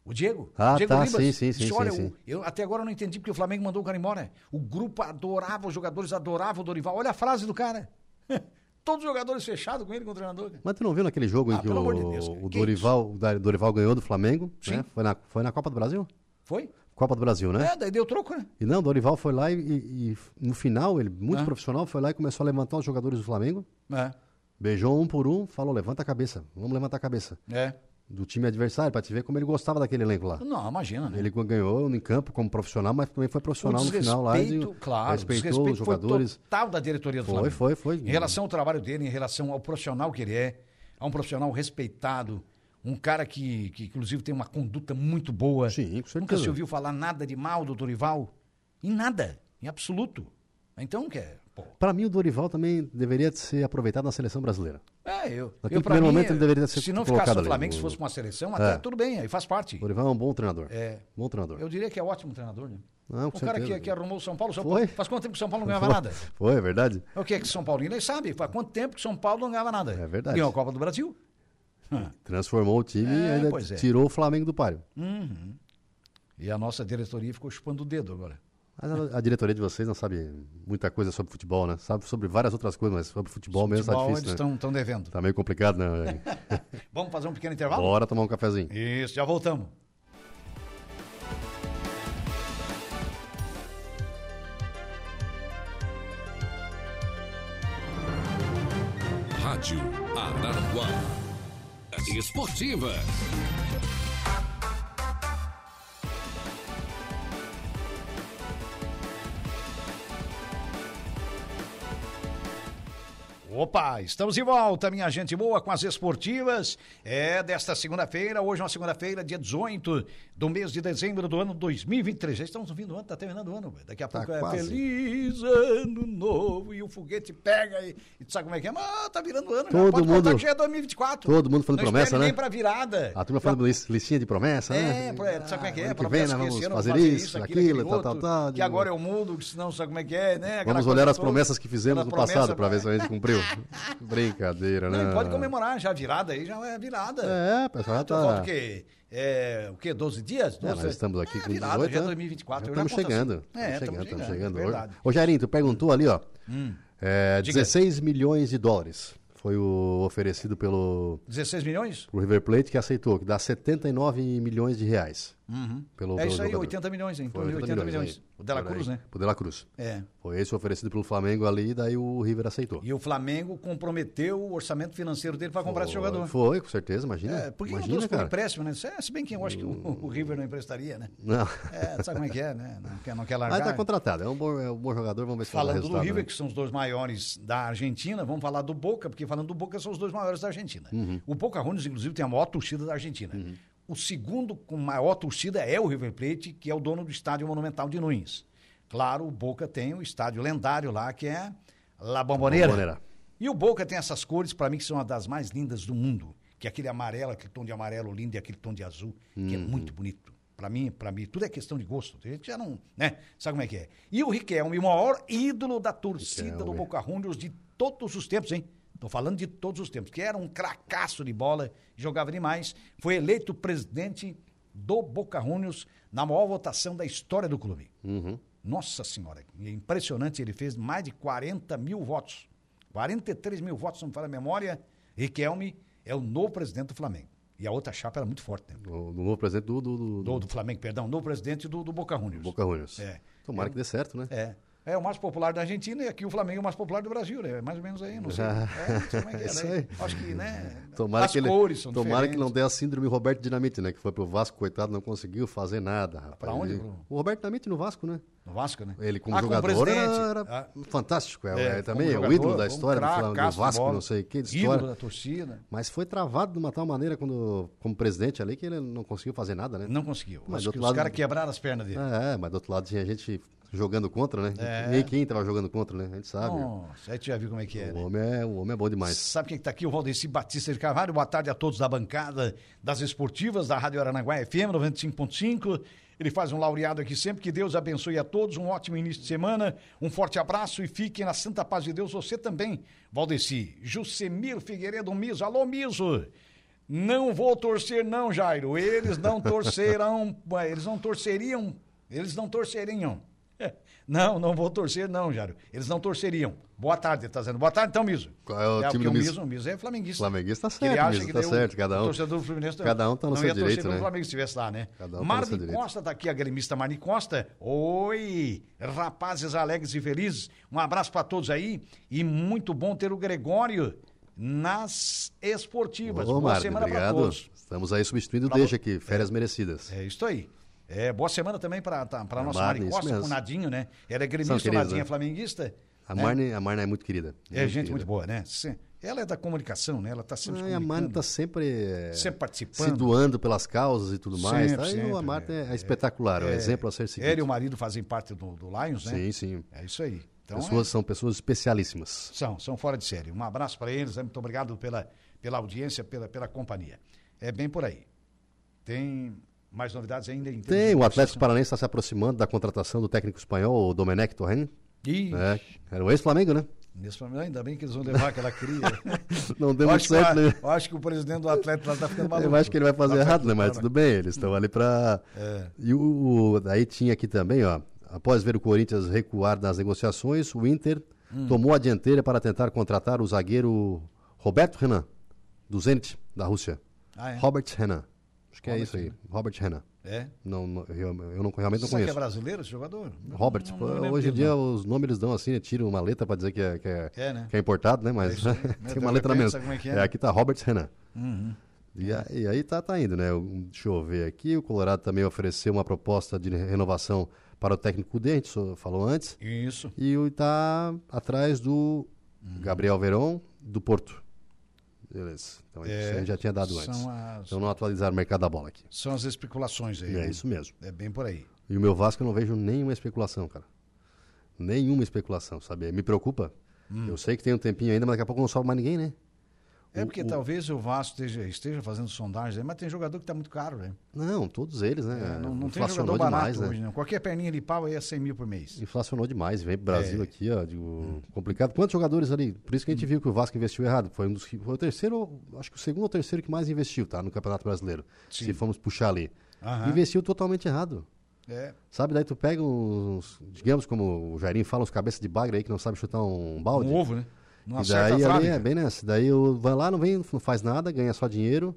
O Diego?
Ah,
Diego
tá, sim, sim,
Disse,
sim,
Olha,
sim,
o-
sim.
eu até agora não entendi porque o Flamengo mandou o cara embora. O grupo adorava, os jogadores adoravam o Dorival. Olha a frase do cara. (laughs) Todos os jogadores fechados com ele, com o treinador. cara.
Mas tu não viu naquele jogo
Ah,
em que
pelo amor de
o,
Deus, cara,
o
que
Dorival, o Dar- Dorival ganhou do Flamengo?
Sim.
Né? Foi, na, foi na Copa do Brasil?
Foi?
Copa do Brasil, né?
É, daí deu troco, né?
E não, o Dorival foi lá e, e- e no final, ele, muito
Ah.
profissional, foi lá e começou a levantar os jogadores do Flamengo.
É.
Beijou um por um, falou: levanta a cabeça, vamos levantar a cabeça.
é.
Do time adversário, pra te ver como ele gostava daquele elenco lá.
Não, imagina, né?
Ele ganhou em campo como profissional, mas também foi
O
profissional no
desrespeito,
final lá. e
claro, o
respeitou
desrespeito
os jogadores.
foi total da diretoria do
Foi,
Flamengo.
foi, foi.
Em relação ao trabalho dele, em relação ao profissional que ele é, a um profissional respeitado, um cara que, que inclusive tem uma conduta muito boa.
Sim, com certeza.
Nunca se ouviu falar nada de mal do Dorival, em nada, em absoluto. Então, que é, pô,
Pra mim, o Dorival também deveria ser aproveitado na seleção brasileira.
é, eu,
Naquele
eu pra
primeiro
mim,
momento ele deveria ser
se não
colocado
ficasse no
ali,
Flamengo,
o-
se fosse uma seleção, até
É.
tudo bem, aí faz parte.
O Dorival é um bom treinador.
É.
Bom treinador.
Eu diria que é ótimo treinador, né?
Não,
um
com
cara que,
certeza.
que arrumou o São Paulo, o São
Foi.
Paulo, faz quanto tempo que o São Paulo não ganhava
Foi-
nada?
Foi, é verdade.
O que é que São Paulino aí sabe? Faz quanto tempo que São Paulo não ganhava nada?
É verdade.
Ganhou a Copa do Brasil?
Transformou o time e
É,
ainda
pois é.
tirou o Flamengo do páreo.
E a nossa diretoria ficou chupando o dedo agora.
Mas a, a diretoria de vocês não sabe muita coisa sobre futebol, né? Sabe sobre várias outras coisas, mas sobre futebol mesmo
Futebol,
tá
eles
difícil, né?
estão devendo.
Tá meio
(laughs)
complicado, né?
Vamos fazer um pequeno intervalo?
Bora tomar um cafezinho.
Isso, já voltamos.
Rádio Araranguá. Esportiva.
Opa, estamos de volta, minha gente boa, com as esportivas. É desta segunda-feira, hoje é uma segunda-feira, dia 18 do mês de dezembro do ano 2023. Já estamos no fim do ano, tá terminando o ano. velho. Daqui a
Tá
pouco é
quase.
feliz ano novo e o foguete pega e, e tu sabe como é que é? Mas tá virando ano,
Todo
já pode contar
mundo-
que já é 2024.
todo mundo falando
Não
promessa,
espere
né?
nem pra virada.
A turma falando lis- listinha de promessa, né?
É, pra- sabe como é que é?
Ano que vem,
Promessa
nós
que
vamos
esse ano eu vou
fazer isso, aquilo,
aquele
tal, tal,
outro,
tal.
Que agora é o mundo, que senão sabe como é que é, né? Aquela
Vamos
coisa
olhar as
toda.
promessas que fizemos
Aquela
no
promessa- né?
passado pra ver se a gente
(laughs)
cumpriu. Brincadeira, né?
Não, e pode comemorar, já a virada aí, já é virada.
É, pessoal, já
Ah, então
tá-
Falta o quê? É, o quê? 12 dias? 12,
É, nós estamos aqui
é,
com
virada,
18,
já é
né?
2024.
Já
eu já
estamos
conto
chegando.
assim.
estamos
É,
chegando, estamos
chegando.
chegando.
é
Ô,
verdade. Hum.
Ô, Jairinho, tu perguntou ali, ó.
Diga.
É, 16 milhões de dólares foi o oferecido pelo
16 milhões?
pro River Plate, que aceitou, que dá 79 milhões de reais.
Uhum.
Pelo,
é
pelo
isso aí,
jogador.
80 milhões, hein? Então, Em
Foi
torno de 80 milhões.
aí.
O Dela
Por aí.
Cruz, né?
O De La Cruz.
É.
Foi esse oferecido pelo Flamengo ali, daí o River aceitou.
E o Flamengo comprometeu o orçamento financeiro dele para comprar esse
Foi-
jogador.
Foi, com certeza, imagina.
É, por que não
imagina,
trouxe por
cara.
empréstimo, né? Se se bem que eu acho que o, o River não emprestaria, né?
Não.
É, sabe como é que é, né? Não quer, não quer largar.
(laughs) Mas tá contratado, é um bom, é um bom jogador, vamos ver se faz o
Falando do
resultado.
River,
né?
que são os dois maiores da Argentina, vamos falar do Boca, porque falando do Boca são os dois maiores da Argentina.
Uhum.
O Boca Juniors, inclusive, tem a maior torcida da Argentina. O segundo com maior torcida é o River Plate, que é o dono do estádio Monumental de Nunes. Claro, o Boca tem o estádio lendário lá, que é La Bombonera.
Bombonera.
E o Boca tem essas cores, para mim, que são uma das mais lindas do mundo. Que é aquele amarelo, aquele tom de amarelo lindo e aquele tom de azul, que é muito bonito. Para mim, para mim, tudo é questão de gosto. Tem gente que já não, né? Sabe como é que é? E o Riquelme, o maior ídolo da torcida do
Riquelme.
Boca Juniors de todos os tempos, hein? Tô falando de todos os tempos, que era um cracaço de bola, jogava demais, foi eleito presidente do Boca Juniors na maior votação da história do clube. Nossa Senhora, é impressionante, ele fez mais de 40 mil votos. 43 mil votos, se não me falha a memória. Riquelme é o novo presidente do Flamengo. E a outra chapa era muito forte, né?
O, do novo presidente do, do, do,
Do, do Flamengo, perdão, novo presidente do, do Boca Juniors.
Boca Juniors.
É.
Tomara que dê certo, né?
É. É o mais popular da Argentina e aqui o Flamengo é o mais popular do Brasil, né? É Mais ou menos aí, não sei.
Já.
É, não sei como é que é,
É (laughs) isso
né?
aí.
Acho que, né?
Tomara,
as
que, ele,
cores são
tomara que não
diferentes.
dê a síndrome Roberto Dinamite, né? Que foi pro Vasco, coitado, não conseguiu fazer nada, rapaz.
Pra onde,
Ele-
Bruno?
O Roberto Dinamite no Vasco, né?
No Vasco, né?
Ele como
Ah,
jogador
presidente.
era, era
Ah,
fantástico. É, é,
como
também é o
jogador,
ídolo da
um
história do, Flam- do
cracaço de
Vasco,
bola.
não sei o que, de
Ídolo
história.
da torcida.
Mas foi travado de uma tal maneira quando, como presidente ali que ele não conseguiu fazer nada, né?
Não conseguiu.
Mas
Acho
do
que
outro
os
lado-
caras quebraram as pernas dele.
É, é, mas do outro lado tinha gente jogando contra, né?
É.
Nem quem tava jogando contra, né? A gente sabe.
Nossa, aí tu já viu como é que é.
o,
né?
homem é o homem é bom demais.
Sabe quem está aqui? O Valdeci Batista de Carvalho. Boa tarde a todos da bancada das esportivas da Rádio Aranaguá FM 95.5. Ele faz um laureado aqui sempre. Que Deus abençoe a todos. Um ótimo início de semana. Um forte abraço e fiquem na santa paz de Deus. Você também, Valdeci. Jusemir Figueiredo Miso. Alô, Miso. Não vou torcer, não, Jairo. Eles não torcerão. (laughs) Eles não torceriam. Eles não torceriam. (laughs) Não, não vou torcer, não, Jairo. Eles não torceriam. Boa tarde, tá dizendo. Boa tarde, então, Miso.
Qual é o
porque
time do
o
Miso?
Miso, o Miso é flamenguista.
Flamenguista tá
Que ele
certo,
acha
Miso,
que
tá
daí o-
certo, cada
O
um-
torcedor do Fluminense não-
cada um tá no
não
seu
ia torcer
direito,
pelo
né?
Flamengo se estivesse lá, né?
Cada um tá no
Marli
seu direito.
Costa tá aqui, a gremista Marli Costa. Oi, rapazes alegres e felizes. Um abraço para todos aí e muito bom ter o Gregório nas esportivas.
Ô,
Boa
Mário,
semana para
obrigado.
todos.
Estamos aí substituindo o
Pra
Deixa
vo-
aqui, férias merecidas.
É isso aí. É, boa semana também para para nossa Mari
Marli, É isso
Costa, com o
mesmo.
Nadinho, né? Ela é gremista, o
queridos,
Nadinho é
né?
flamenguista.
A,
né?
Marne, a Marne é muito querida.
É gente
querida.
muito boa, né? Se- Ela é da comunicação, né? Ela está sempre se
Ah, e a Marne
comunicando,
está sempre, eh,
sempre
se
participando.
doando pelas causas e tudo mais.
Sempre,
tá? E
sempre,
a Marne
né?
é, espetacular, é um exemplo a ser seguido.
Ela e o marido fazem parte do, do Lions, né?
Sim, sim.
É isso aí. Então,
pessoas, São pessoas especialíssimas.
é- são, são fora de série. Um abraço para eles, né? muito obrigado pela, pela audiência, pela, pela companhia. É bem por aí. Tem mais novidades ainda? em termos
Tem,
de
o Atlético Paranaense está se aproximando da contratação do técnico espanhol, o Domenech Torren.
Ih,
É, era o ex-Flamengo, né?
nesse momento, ainda bem que eles vão levar aquela cria.
(laughs) Não deu
Eu
muito
acho, que, a-
certo, né?
eu acho que o presidente do Atlético lá está ficando maluco.
Eu acho que ele vai fazer
Tá
errado, né? Mas
ficando-
tudo bem, eles estão ali pra.
É.
E o, o- aí tinha aqui também, ó. Após ver o Corinthians recuar nas negociações, o Inter
Hum.
tomou a dianteira para tentar contratar o zagueiro Roberto Renan, do Zenit, da Rússia.
Ah, é?
Robert Renan. Acho que é
Robert
isso aí. Robert Renan.
É.
Não, não- eu, eu não, realmente não
Será que é
conheço.
brasileiro esse jogador? Não-
Robert,
não-
pô,
não lembro
hoje em
dele,
dia
não.
os nomes eles dão assim, né, tiram uma letra para dizer que é, que, é,
É, né?
que é importado, né? Mas
isso aí, né?
(laughs) tem
De
uma letra
repente,
menos.
sabe como é Uhum. que é,
É,
né?
aqui tá Robert Renan. E, a- e aí tá, tá indo, né? O- Deixa eu ver aqui. O Colorado também ofereceu uma proposta de renovação para o técnico Cudê, a gente só falou antes.
Isso.
E o tá atrás do
Uhum.
Gabriel Verón do Porto. Beleza. Então isso aí já tinha dado antes.
É, São as,
Então não atualizar o mercado da bola aqui.
são as especulações aí.
E
né?
é isso mesmo.
É bem por aí.
E o meu Vasco eu não vejo nenhuma especulação, cara. Nenhuma especulação, sabe? Me preocupa.
Hum.
Eu sei que tem um tempinho ainda, mas daqui a pouco não sobe mais ninguém, né?
É
O-
porque
o-
talvez o Vasco esteja, esteja fazendo sondagem, aí, mas tem jogador que está muito caro, né?
Não, todos eles, né?
É, não, não tem
Inflacionou
jogador barato
demais, né?
hoje, não. Qualquer perninha de pau aí é 100 mil por mês.
Inflacionou demais, vem pro Brasil
É.
aqui, ó, digo,
Hum.
complicado. Quantos jogadores ali? Por isso que a gente viu que o Vasco investiu errado. Foi um dos que- foi o terceiro, acho que o segundo ou terceiro que mais investiu, tá? No Campeonato Brasileiro. Se formos puxar ali.
Aham.
Investiu totalmente errado.
É,
Sabe, daí tu pega uns, digamos como o Jairinho fala, uns cabeças de bagre aí que não sabe chutar um balde.
um ovo, né? Não
E
acerta a
daí ali
trave.
é bem nessa. Daí eu, vai lá, não vem, não faz nada, ganha só dinheiro.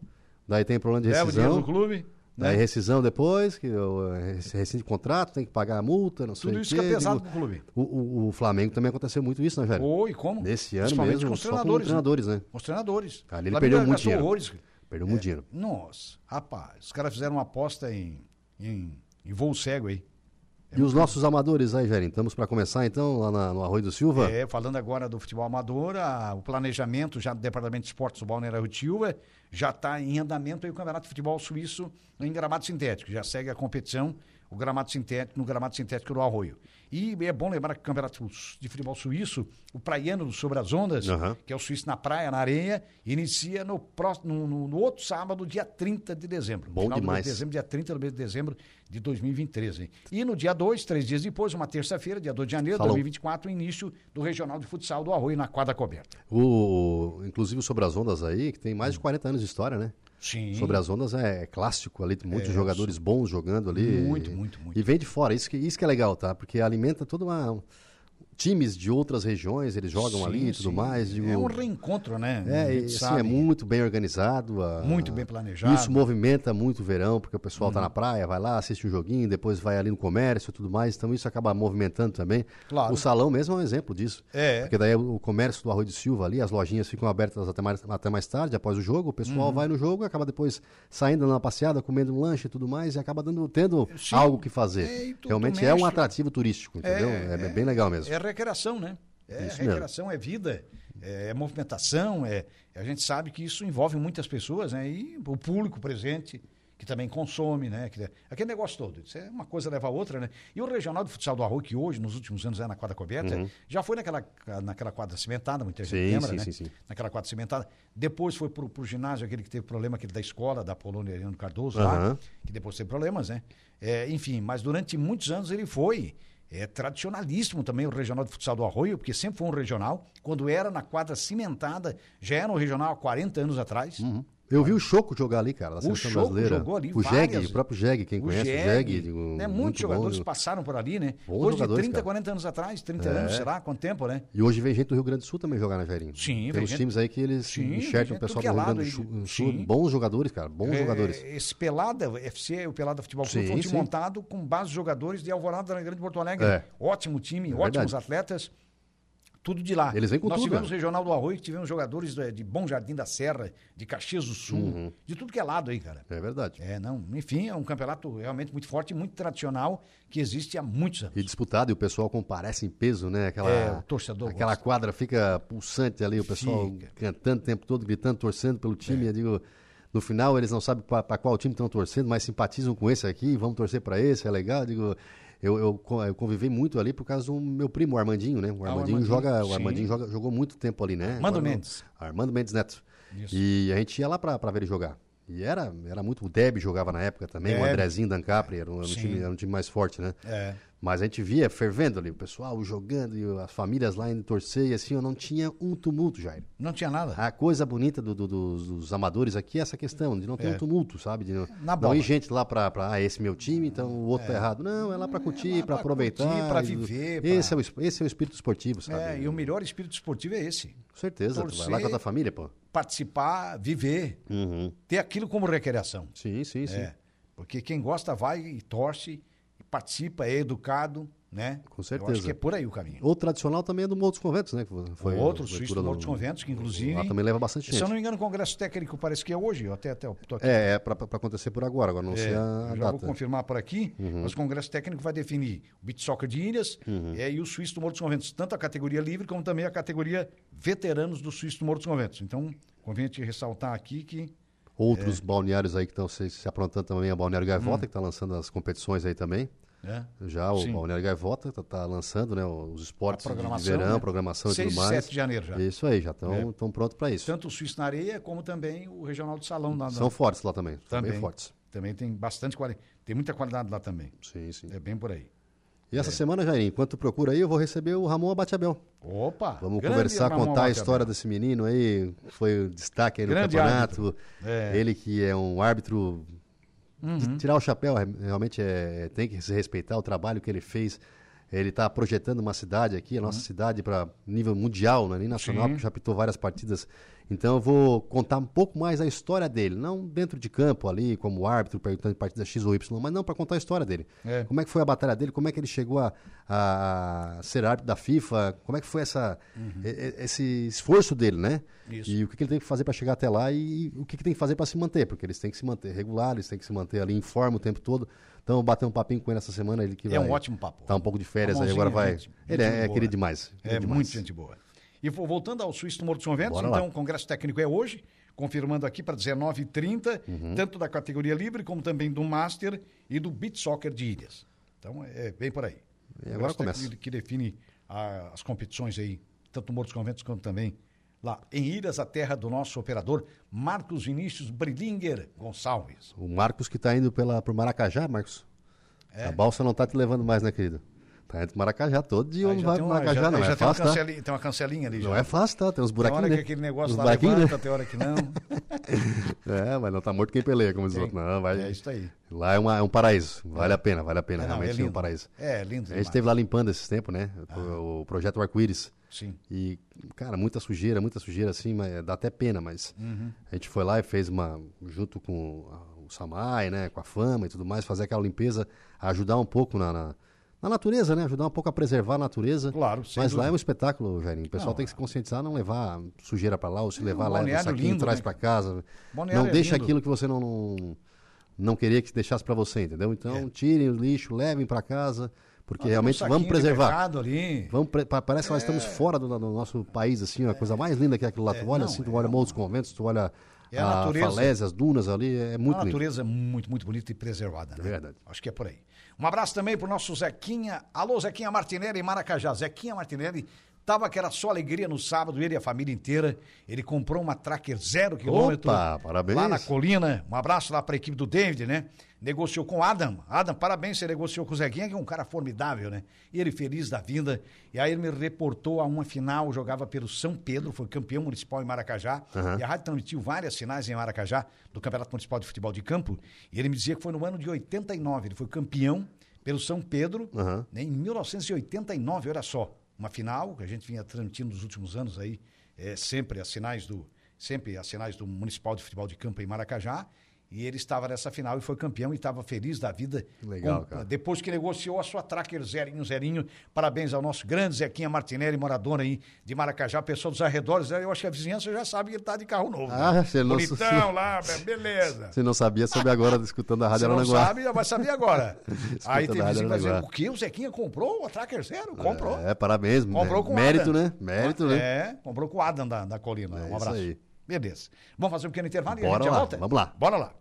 Daí tem problema de
Leva o dinheiro do
rescisão.
clube. né?
Daí rescisão depois, que eu, eh, rescinde contrato, tem que pagar a multa, não sei
Tudo
o
isso
quê.
que é pesado
Digo,
pro clube.
O, o- o Flamengo também aconteceu muito isso, né, velho?
Oi, como?
Nesse ano
Principalmente
mesmo,
com os
só com
treinadores.
treinadores, né?
Com os treinadores.
Ali ele
Flamengo
perdeu muito
gastou
dinheiro.
horrores.
Perdeu
É,
muito dinheiro.
Nossa, rapaz, os caras fizeram uma aposta em, em, em voo cego aí. é
E os nossos amadores aí, Jair? Estamos para começar então lá na- no Arroio do Silva?
É, falando agora do futebol amador, a- o planejamento já do Departamento de Esportes do Balneário Rio Tilva já está em andamento aí o Campeonato de Futebol Suíço em gramado sintético. Já segue a competição o gramado sintético, no gramado sintético do Arroio. E é bom lembrar que o Campeonato de Futebol Suíço, o Praiano do Sobre as Ondas,
Aham.
que é o Suíço na praia, na areia, inicia no, próximo, no, no- no outro sábado, dia 30 de dezembro.
Bom
Final do mês
demais.
de dezembro, dia 30 do mês de dezembro de 2023. Hein? E no dia 2, três dias depois, uma terça-feira, dia 2 de janeiro de
Falou.
2024, o início do Regional de Futsal do Arroio na quadra coberta.
O, inclusive o Sobre as Ondas aí, que tem mais de 40 anos de história, né?
Sim. É,
Sobre as Ondas é clássico ali, tem muitos jogadores bons jogando ali.
Muito, muito, muito.
E vem de fora, isso que, isso que é legal, tá? Porque alimenta toda uma... um, Times de outras regiões, eles jogam
Sim,
ali e tudo
sim.
mais. digo-
É um reencontro, né? A
É,
gente
e, assim,
sabe.
é muito bem organizado. a-
Muito bem planejado. Uhum.
Isso movimenta muito o verão, porque o pessoal tá na praia, vai lá, assiste um joguinho, depois vai ali no comércio e tudo mais. Então isso acaba movimentando também.
Claro.
O salão mesmo é um exemplo disso.
É.
Porque daí o comércio do Arroio de Silva ali, as lojinhas ficam abertas até mais, até mais tarde, após o jogo. O pessoal
Uhum.
vai no jogo, acaba depois saindo numa passeada, comendo um lanche e tudo mais, e acaba dando, tendo
Sim.
algo que fazer.
É, e tu- tu
Realmente é um
mexe.
atrativo turístico, entendeu? É, bem- bem legal mesmo.
É recreação, né? É
Isso mesmo.
recreação, é vida, é, é movimentação, é, a gente sabe que isso envolve muitas pessoas, né? E o público presente, que também consome, né? Que- aquele negócio todo. Isso é uma coisa leva a outra, né? E o Regional de Futsal do Arroio, que hoje, nos últimos anos, é na quadra coberta, já foi naquela, naquela quadra cimentada, muita gente
Uhum. Sim,
lembra,
sim,
né?
sim, sim.
Naquela quadra cimentada. Depois foi pro, pro ginásio, aquele que teve problema, aquele da escola, da Polônia Ariano Cardoso, lá,
Aham.
que depois teve problemas, né? É, enfim, mas durante muitos anos ele foi é, tradicionalíssimo também o regional de futsal do Arroio, porque sempre foi um regional. Quando era na quadra cimentada, já era um regional há 40 anos atrás.
Eu vi o Choco jogar ali, cara, da seleção
Choco
brasileira.
jogou ali
o Jeg,
várias-
o próprio Jeg, quem
O
conhece
Jeg,
o Jeg. digo,
né? Muitos
muito bom,
jogadores
digo.
passaram por ali, né?
Bons
Hoje, de
jogadores,
30,
cara. É.
40 anos atrás, 30 anos, será? Quanto tempo, né?
E hoje vem gente do Rio Grande do Sul também jogar na Jairinho.
Sim,
Tem
vem
uns
gente-
times aí que eles
Sim, vem
enxertam
gente
o pessoal
tudo
do
que é
Rio Grande do
lado aí.
Chu- Sul.
Sim.
Bons jogadores, cara, bons
É,
jogadores.
Esse Pelada, o FC, o Pelada Futebol Clube,
Sim,
foi um time
sim.
montado com base de jogadores de Alvorada na Grande Porto Alegre.
É.
Ótimo time, ótimos
verdade.
atletas, tudo de lá.
Eles vêm com
Nós
tudo,
tivemos
né?
Regional do Arroio, que tivemos jogadores eh, de Bom Jardim da Serra, de Caxias do Sul,
Uhum.
de tudo que é lado aí, cara.
É verdade.
É, não, enfim, é um campeonato realmente muito forte, e muito tradicional, que existe há muitos anos.
E disputado, e o pessoal comparece em peso, né? Aquela,
É, o torcedor
Aquela
gosta.
quadra fica pulsante ali, o pessoal
Fica. É.
cantando o tempo todo, gritando, torcendo pelo time. Eu digo, no final eles não sabem para qual time estão torcendo, mas simpatizam com esse aqui, vamos torcer para esse, é legal. Eu digo, eu, eu, co- eu convivi muito ali por causa do meu primo, o Armandinho, né? O Armandinho,
Ah, Armandinho,
joga, o
sim.
Armandinho joga- jogou muito tempo ali, né?
Armando
Agora não-
Mendes.
Armando Mendes Neto.
Isso.
E a gente ia lá para ver ele jogar. E era, era muito. O Deb jogava na época também, o
Deb.
Andrezinho Dan Capri, era um, era um
Sim.
time, era um time mais forte, né?
É.
Mas a gente via fervendo ali, o pessoal jogando e as famílias lá indo torcer, e assim, eu não tinha um tumulto, Jair.
Não tinha nada.
A coisa bonita do- do- dos, dos amadores aqui é essa questão de não ter um tumulto, sabe? De não,
Na
não
bola.
ir gente lá pra, pra ah, esse meu time, então o outro tá errado. Não, é lá pra curtir,
pra
pra aproveitar.
curtir, pra
e-
viver, pra-
Esse, é o, es- esse é o espírito esportivo, sabe?
É, e o melhor espírito esportivo é esse.
Com certeza, tu vai lá com a
torcer.
tua família, pô.
Participar, viver,
Uhum.
ter aquilo como recreação.
Sim, sim, sim.
É, porque quem gosta vai e torce, e participa, é educado, né?
Com
Eu
certisa.
acho que é por aí o caminho.
Outro tradicional também é do Morro dos Conventos, né? que Foi
Outro
a
suíço
abertura
do Morro dos Conventos, que inclusive...
Lá também leva bastante
Se eu
gente.
não me engano, o Congresso Técnico parece que é hoje, eu até, até eu tô aqui.
É, é pra, pra acontecer por agora, agora não
É,
sei a
eu já vou
data. Uhum.
confirmar por aqui, mas o Congresso Técnico vai definir o beat soccer de Ilhas é, e o Suíço do Morro dos Conventos, tanto a categoria livre como também a categoria veteranos do Suíço do Morro dos Conventos. Então, convém te ressaltar aqui que É.
Outros balneários aí que estão se, se aprontando também, é o Balneário Gaivota, que está lançando as competições aí também.
né,
Já o
Hum. Sim.
Balneário Gaivota está lançando né, os esportes
A
de- de
programação,
verão,
né?
programação e
Seis
tudo
e
mais.
sete de janeiro já. É.
Isso aí, já estão tão prontos para isso.
tanto o Suíço na Areia como também o Regional do Salão lá na-
São fortes lá também, são
Então, Também.
bem fortes.
Também tem bastante qualidade. Tem muita qualidade lá também.
Sim, sim.
É bem por aí.
E essa semana, Jair, enquanto tu procura aí, eu vou receber o Ramon Abateabel.
Opa!
Vamos
grande
conversar,
Ramon
contar a
Mateus.
história desse menino aí, foi o destaque aí no
Grande
campeonato.
É. Uhum.
Ele que é um árbitro de tirar o chapéu, re- realmente é, tem que se respeitar o trabalho que ele fez. Ele tá está
Uhum.
né, projetando uma cidade aqui, a nossa cidade, para nível mundial, não é nem nacional, porque já apitou várias partidas Então eu vou contar um pouco mais a história dele, não dentro de campo ali, como árbitro, perguntando de partida X ou Y, mas não para contar a história dele.
É.
Como é que foi a batalha dele, como é que ele chegou a, a ser árbitro da FIFA, como é que foi essa, e- e- esse esforço dele, né?
Uhum. Isso.
E o que, que ele tem que fazer para chegar até lá e, o que, que tem que fazer para se manter, porque eles têm que se manter regulares, eles têm que se manter ali em forma o tempo todo. Então eu bater um papinho com ele essa semana, ele que
É
vai
um ótimo papo.
Tá um pouco de férias aí,
Mãozinha,
agora vai.
gente,
ele
gente
é, é
boa.
querido demais.
É
querido demais.
muito gente boa. E vo- voltando ao Suíço do Morro dos Conventos,
Bora lá.
então o Congresso Técnico é hoje, confirmando aqui para 19h30,
Uhum.
tanto da categoria livre como também do Master e do Beach Soccer de Ilhas. Então é bem por aí.
E agora
Congresso
começa.
Técnico Que define a- as competições aí, tanto no Morro dos Conventos como também lá em Ilhas, a terra do nosso operador Marcos Vinícius Brillinger Gonçalves.
O Marcos que tá indo pela, pro Maracajá, Marcos.
É.
A balsa não tá te levando mais, né, querido? Tá indo pro Maracajá todo dia,
Aí
não
tem
vai pro
uma-
Maracajá,
Ah, já-
não.
já
É
tem, uma
fácil, tá?
cancelinha, tem uma cancelinha ali
Não
já.
é fácil, tá? Tem uns
tem
buraquinhos.
hora que
né?
aquele negócio
Uns
lá
buraquinhos,
levanta,
né?
tem hora que
(laughs)
não.
É, mas não tá morto quem peleia, como diz o outro. Não, vai.
É isso aí.
Lá é, uma- é um paraíso. Vale a pena, vale a pena.
É, não, é
realmente é,
lindo.
um paraíso.
É, lindo.
A gente
demais. Ah.
esteve lá limpando esses tempos, né? O, o projeto Arco-Íris.
Sim.
E, cara, muita sujeira, muita sujeira, assim, mas dá até pena, mas
Uhum.
a gente foi lá e fez uma, junto com a- o Samai, né, com a Fama e tudo mais, fazer aquela limpeza, ajudar um pouco na, na, na natureza, né, ajudar um pouco a preservar a natureza.
Claro, sem
Mas lá
dúvida.
é um espetáculo, Jairinho, o pessoal
Não,
tem que se conscientizar, não levar sujeira pra lá, ou se levar lá, no
balneário
saquinho,
lindo,
traz
né?
pra casa.
Balneário
não
é
deixa
lindo.
aquilo que você não... não não queria que deixasse pra você, entendeu? Então, tirem o lixo, levem pra casa, porque realmente
É. Um
vamos
saquinho de
preservar.
mercado ali.
Vamos pre- pa- parece que nós estamos fora do, do nosso país, assim, a coisa mais linda que é aquilo lá. Tu
não,
olha assim, tu
É. é
olha Morro dos Conventos, tu olha
É a
a,
natureza.
falésia, as dunas ali, é muito
a
lindo.
natureza é muito, muito bonita e preservada. Né?
Verdade.
Acho que é por aí. Um abraço também pro nosso Zequinha. Alô, Zequinha Martinelli em Maracajá. Zequinha Martinelli tava que era só alegria no sábado, ele e a família inteira. Ele comprou uma Tracker zero quilômetro.
Opa, parabéns.
Lá na Colina. Um abraço lá pra equipe do David, né? Negociou com o Adam. Adam, parabéns, você negociou com o Zequinha, que é um cara formidável, né? E ele feliz da vida. E aí ele me reportou a uma final, jogava pelo São Pedro, foi campeão municipal em Maracajá. E a rádio transmitiu várias finais em Maracajá, do Campeonato Municipal de Futebol de Campo. E ele me dizia que foi no ano de 89, ele foi campeão pelo São Pedro,
Aham.
né, em 1989, olha só. Uma final que a gente vinha transmitindo nos últimos anos aí, é, sempre as finais do sempre as finais do Municipal de Futebol de Campo em Maracajá. E ele estava nessa final e foi campeão e estava feliz da vida.
Legal, cara.
Depois que negociou a sua Tracker Zerinho Zerinho. Parabéns ao nosso grande Zequinha Martinelli, morador aí de Maracajá, pessoa dos arredores. Eu acho que a vizinhança já sabe que ele está de carro novo.
Ah, você não-
Bonitão lá, beleza.
Você não sabia, soube agora escutando a
Se
Rádio
não
Aranaguá.
sabe, já vai saber
(laughs)
agora. aí tem
nada,
vizinho que vai dizer,
Aranaguá.
o quê? O Zequinha comprou o Tracker Zero? Comprou.
É, parabéns. né?
Comprou com o
Mérito,
Adam.
né? Mérito, né? É
É, comprou com o Adam da, da Colina. um
isso
abraço.
aí.
Beleza. Vamos fazer um pequeno intervalo e a
Bora
gente já
lá,
volta?
vamos lá.
Bora lá.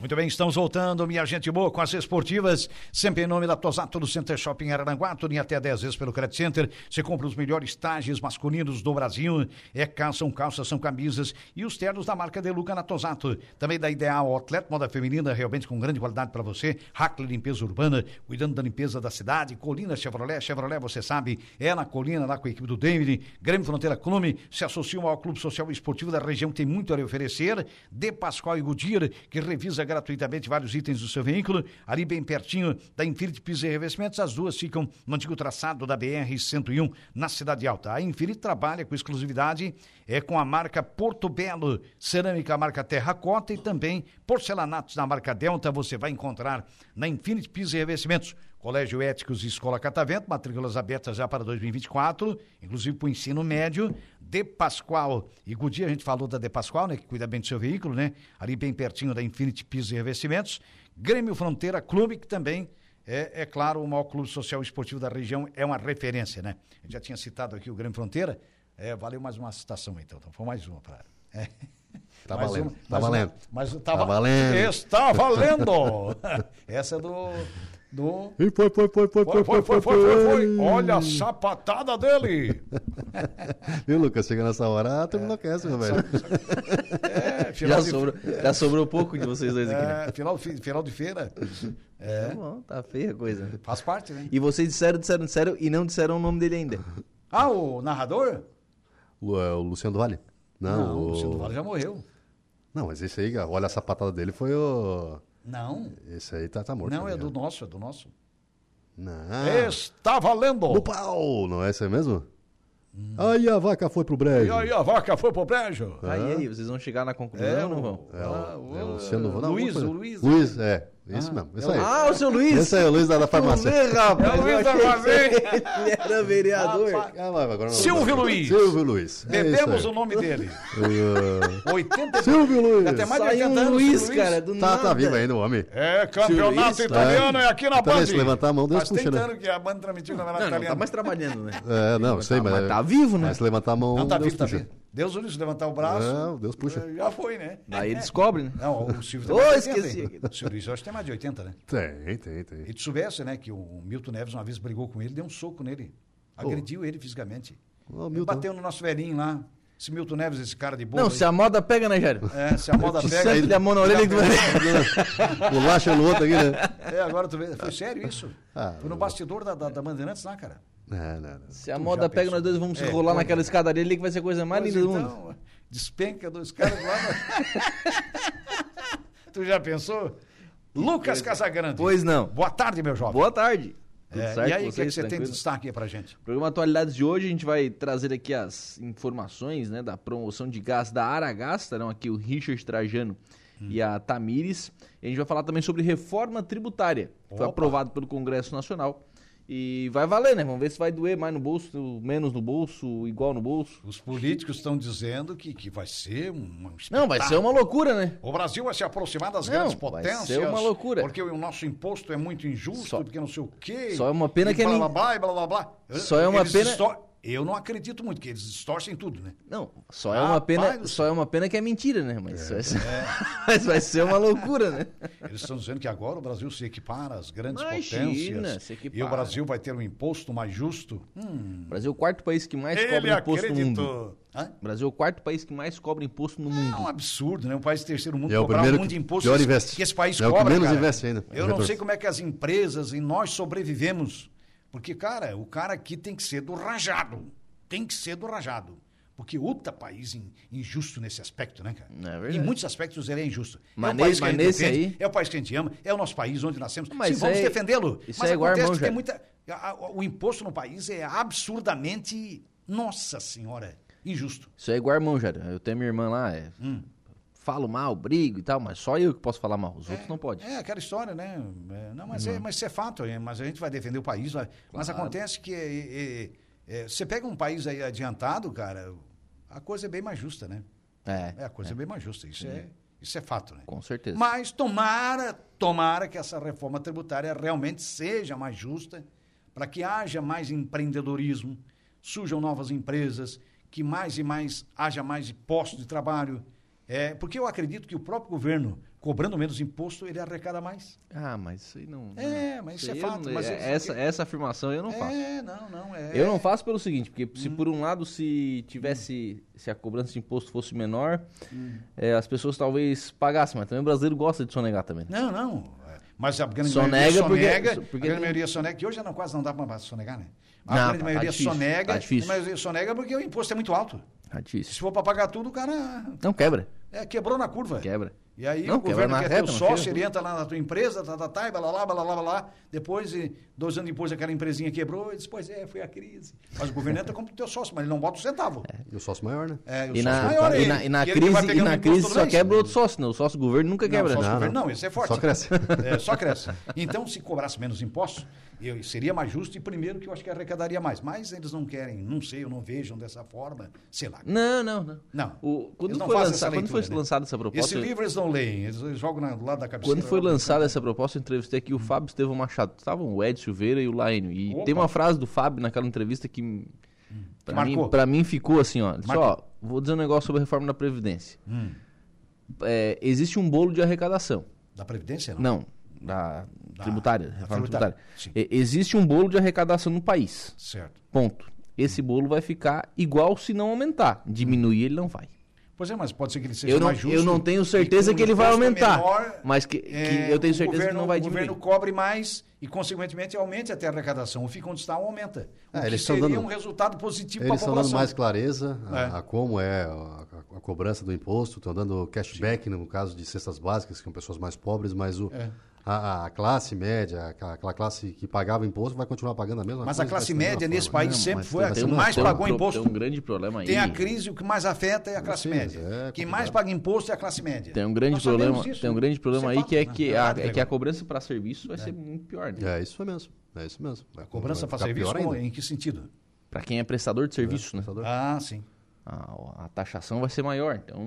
Muito bem, estamos voltando, minha gente boa, com as esportivas, sempre em nome da Tosato do Center Shopping Araranguá, tudo em até 10 vezes pelo Credit Center, você compra os melhores trajes masculinos do Brasil, é calça, são calças, são camisas e os ternos da marca Deluca na Tosato, também da Ideal Outlet, moda feminina, realmente com grande qualidade para você, Hackley Limpeza Urbana, cuidando da limpeza da cidade, Colina Chevrolet, Chevrolet, você sabe, é na Colina, lá com a equipe do David, Grêmio Fronteira Clube, se associa ao maior clube social e esportivo da região, que tem muito a lhe oferecer, De Pascoal e Goodyear, que revisa gratuitamente vários itens do seu veículo, ali bem pertinho da Infinity Pisos e Revestimentos, as duas ficam no antigo traçado da BR-101, na Cidade Alta. A Infinity trabalha com exclusividade, é com a marca Porto Belo, cerâmica marca Terracota e também porcelanatos da marca Delta, você vai encontrar na Infinity Pisos e Revestimentos. Colégio Éticos e Escola Catavento, matrículas abertas já para 2024, inclusive para o ensino médio. De Pascoal e Goodyear, a gente falou da De Pascoal, né, que cuida bem do seu veículo, né? Ali bem pertinho da Infinity Pisos e Revestimentos. Grêmio Fronteira Clube, que também é, é claro, o maior clube social e esportivo da região, é uma referência, né? Eu já tinha citado aqui o Grêmio Fronteira, é, valeu mais uma citação então, então foi mais uma para.
(laughs) Tá
Mais
valendo,
uma-
tá
mais uma-
valendo.
Mas tava,
Tá valendo.
Está
(laughs)
valendo. Essa é do. do...
E foi, foi, foi,
Foi,
foi,
foi, foi, foi, foi, foi. Olha a sapatada (laughs) dele.
Viu, Lucas? Chega nessa hora, todo mundo aquece, meu velho.
É,
Já
final, de,
sobrou,
(laughs)
já sobrou pouco de vocês dois aqui, né?
é, final, de fe- final de feira. É.
Tá bom, tá feia a coisa. né?
Faz parte, né?
E vocês disseram, disseram, disseram e não disseram o nome dele ainda.
Ah, o narrador?
Lu- é O Luciano do Vale? Não,
Não, o Luciano
o-
Vale já morreu.
Não, mas esse aí, cara, olha a sapatada dele, foi o...
Não.
Esse aí tá, tá morto.
Não,
né,
é do É,
cara?
nosso, é do nosso.
Não.
Está valendo.
No pau! Não é esse aí mesmo? Aí a vaca foi pro brejo.
E aí a vaca foi pro brejo.
Aí, aí, vocês vão chegar na conclusão
É,
ou não
o-
vão?
É o,
Ah,
é o
o-
Luciano Vale.
Luiz,
alguma
o Luiz.
coisa. Luiz, é. Isso mesmo, isso aí.
Ah, o seu Luiz!
Esse aí é o Luiz da, da farmácia.
Luiz,
(laughs)
rapaz,
É o Luiz
eu
da
achei que
Farmácia.
Ele era vereador.
Rapaz.
Ah, mas agora não-
Silvio Luiz.
Silvio Luiz. É
Bebemos um-
isso
o
aí.
nome dele.
Uh,
80
Silvio Luiz.
Já tem mais de
Saiu
80
o
anos.
Luiz,
Luiz.
cara, do
Tá,
nada.
tá vivo ainda o homem.
É, campeonato
Silvio Luiz,
italiano é aqui na
Tá vendo?
Band.
Se levantar a mão, Deus
Faz
puxa,
30
né?
anos que a Band transmitiu o campeonato
Não, não, tá
italiano.
mais
(laughs)
trabalhando, né?
É, não, sei,
tá,
mas...
tá vivo, né?
Mas se levantar a mão,
Não, tá
Deus
vivo, tá
puxa.
vivo. Deus unido, se levantar o braço.
É, Deus puxa.
eh, (laughs) Já foi, né?
Daí descobre, né?
Não, o
(laughs)
Silvio
Ô,
também tem 80,
esqueci
hein? O Silvio Luiz, eu acho que tem mais de 80, né?
Tem, tem, tem.
E tu soubesse, né, que o Milton Neves uma vez brigou com ele, deu um soco nele. Agrediu ele fisicamente.
Ô,
Ele
Milton.
Bateu no nosso velhinho lá. Esse Milton Neves, esse cara de boa.
Não, se a moda pega, né, Jairo?
É, se a moda
(laughs) Te
pega.
senta-lhe a mão na orelha que tu vai
Bolacha no outro aqui, né?
(laughs)
(laughs)
É, agora tu vê. Foi sério isso?
Ah,
Foi no bastidor da, da, da Bandeirantes lá, cara.
Não, não, não.
Se a
Tu
moda
já
pega,
pensou?
nós dois vamos se
É,
rolar
como?
naquela escadaria ali que vai ser a coisa mais
Pois
linda Tá do mundo.
então, (laughs) Despenca dois caras lá.
(laughs)
no- tu já pensou? Lucas Casagrande.
Pois não.
Boa tarde, meu jovem.
Boa tarde. Tudo
É,
certo
e aí,
com
o que, é que
vocês?
você tem de
Tranquilo?
destaque aí pra gente?
Programa Atualidades de hoje, a gente vai trazer aqui as informações né, da promoção de gás da Aragás, estarão aqui o Richard Trajano e a Tamires. E a gente vai falar também sobre reforma tributária, que foi
Opa.
aprovado pelo Congresso Nacional. E vai valer, né? Vamos ver se vai doer mais no bolso, menos no bolso, igual no bolso.
Os políticos estão dizendo que, que vai ser um.
Não, vai ser uma loucura, né?
O Brasil vai se aproximar das
Não,
grandes
vai
potências.
ser uma loucura.
Porque o nosso imposto é muito injusto,
Só-
porque não sei o quê.
só é uma pena
e
que é
blá,
min-
blá, blá, e blá, blá, blá.
Só é uma
Eles
pena-
distor- Eu não acredito muito que eles distorcem tudo, né?
Não, só é
Ah,
uma pena,
pai do
só é uma pena que é mentira, né? Mas, vai, ser... (laughs) mas vai ser uma loucura,
(laughs)
né?
Eles estão dizendo que agora o Brasil se equipara às grandes
Imagina,
potências.
se equipara.
e o Brasil vai ter um imposto mais justo. Hum,
O Brasil é o quarto país que mais
Ele
cobra imposto no mundo.
acreditou. Hã?
O Brasil é o quarto país que mais cobra imposto no
É
mundo.
um absurdo, né? Um país terceiro mundo
É o
cobrar
primeiro
um monte
que
de imposto
pior
que-
investe.
que esse país
É o que
cobra,
menos
cara.
investe ainda,
Eu não
retorno.
sei como é que as empresas e nós sobrevivemos. Porque, cara, o cara aqui tem que ser do rajado. Tem que ser do rajado. Porque outro país in- injusto nesse aspecto, né, cara?
É verdade.
Em muitos aspectos ele é injusto.
Mas
é o
ne-
país que
mas
a gente
nesse
defende,
aí-
é o país que a gente ama, é o nosso país onde nascemos.
Mas
Sim,
isso
vamos
aí-
defendê-lo.
isso
mas
aí é igual
acontece
irmão,
que tem
Jair.
muita. a- a- o imposto no país é absurdamente, nossa senhora, injusto.
Isso é igual irmão, Jair. Eu tenho minha irmã lá, é...
Hum.
falo mal, brigo e tal, mas só eu que posso falar mal. Os outros não podem.
É, aquela história, né? É, Não, mas, É, mas isso é fato, é, mas a gente vai defender o país. vai- Mas acontece que é, é, é, você pega um país aí adiantado, cara, a coisa é bem mais justa, né?
É,
É, a coisa é, bem mais justa, isso é, isso é fato, né?
com certeza.
Mas tomara, tomara que essa reforma tributária realmente seja mais justa, para que haja mais empreendedorismo, surjam novas empresas, que mais e mais haja mais postos de trabalho. É, porque eu acredito que o próprio governo, cobrando menos imposto, ele arrecada mais.
Ah, mas isso aí não.
É,
não-
mas isso é
aí eu
fato,
não-
mas
é-
eles-
essa, essa afirmação eu não faço.
É, não, não. É, Hum.
Eu não faço pelo seguinte, porque se por um lado se tivesse, se a cobrança de imposto fosse menor,
Hum.
eh, as pessoas talvez pagassem, mas também o brasileiro gosta de sonegar também. né?
Não, não. é, Mas a grande
Sonega
maioria
porque-
sonega,
porque-
a grande maioria sonega, que hoje já não, quase não dá para sonegar, né? A
Não,
grande
tá
maioria
difícil,
sonega,
tá difícil.
a maioria sonega porque o imposto é muito alto.
É
Se
difícil.
for para pagar tudo, o cara
Não quebra,
é, quebrou na curva.
quebra.
E aí
Não,
o governo
quebra na
quer ter o
reta, não
sócio,
quebra.
orienta lá na tua empresa, tá, tá, tá, e blá, blá, blá, blá, blá, blá. Depois, e dois anos depois, aquela empresinha quebrou, e diz, pois é, foi a crise. Mas o governo entra como teu sócio, mas ele não bota um centavo.
E o sócio maior, né?
É, o
E
sócio
na,
maior
e
aí,
na, e na
que ele que vai
crise, e
pegando
na
imposto
crise
todo
só
mês.
quebra outro sócio, né? O sócio do governo nunca
Não,
quebra.
sócio
né?
do
Não,
governo
não.
não, esse é forte.
Só cresce.
(laughs) É, só cresce. Então, se cobrasse menos impostos, eu seria mais justo e primeiro que eu acho que arrecadaria mais. Mas eles não querem, não sei, eu não vejam dessa forma, sei lá.
Não, não, não.
Não.
O- quando,
Eles não
foi
fazem
lançado,
essa
quando foi
leitura, né?
lançada essa proposta?
Esse livro é eles não leem, eles eles jogam na- do lado da cabeceira.
Quando foi lançada essa proposta, eu entrevistei aqui o Fábio Estevão Machado. Estavam o Ed Silveira e o Laínio. E
Opa. Hum.
tem uma frase do Fábio naquela entrevista que. Pra mim,
Marcou.
pra mim ficou assim, ó. Ele disse, ó,
Marcou. Hum.
Vou dizer um negócio sobre a reforma da Previdência. É, existe um bolo de arrecadação.
Da Previdência, não?
Não, da,
Da-
tributária.
da
reforma
tributária,
tributária.
sim.
E- Existe um bolo de arrecadação no país.
Certo.
Ponto. Esse bolo vai ficar igual se não aumentar. Diminuir ele não vai.
Pois é, mas pode ser que ele seja
Eu não,
mais justo.
eu não tenho certeza
e com
que ele vai
imposto é
aumentar.
menor,
mas que, que
é,
eu tenho
o
certeza que
governo-
não vai
O
diminuir.
governo cobre mais e, consequentemente, aumente até a arrecadação. O fica onde está, aumenta. O
É,
que
eles estão
seria
dando-
um resultado positivo para a
Eles estão dando
população.
mais clareza a,
É.
a como é a, a- a cobrança do imposto, estão dando cashback no caso de cestas básicas, que são pessoas mais pobres, mas o,
É.
a, a classe média, aquela aquela classe que pagava imposto, vai continuar pagando a mesma
Mas
coisa.
a classe
vai ser da
média
mesma
nesse
forma.
país
Não,
sempre
mas
foi a
vai
que
ser
Tem um-
uma-
mais
tem um
pagou
pro-
imposto.
Tem um grande problema aí.
Tem a crise, o que mais afeta é a classe
Sim,
média.
é
Quem
complicado.
mais paga imposto é a classe média.
Tem um grande
Nós sabemos
problema,
disso.
tem um grande problema
Isso
aí que é
fato,
que
né?
a,
Verdade,
é que a
Gregório.
cobrança para serviço vai ser muito pior. Né?
É isso mesmo. É isso mesmo. Vai-
Cobrança
vai
para
ficar
serviço,
Tá pior ainda. Tá
como- em que sentido?
Para quem é prestador de serviço, né?
Pensador?
Ah, sim.
A, a taxação vai ser maior. Então,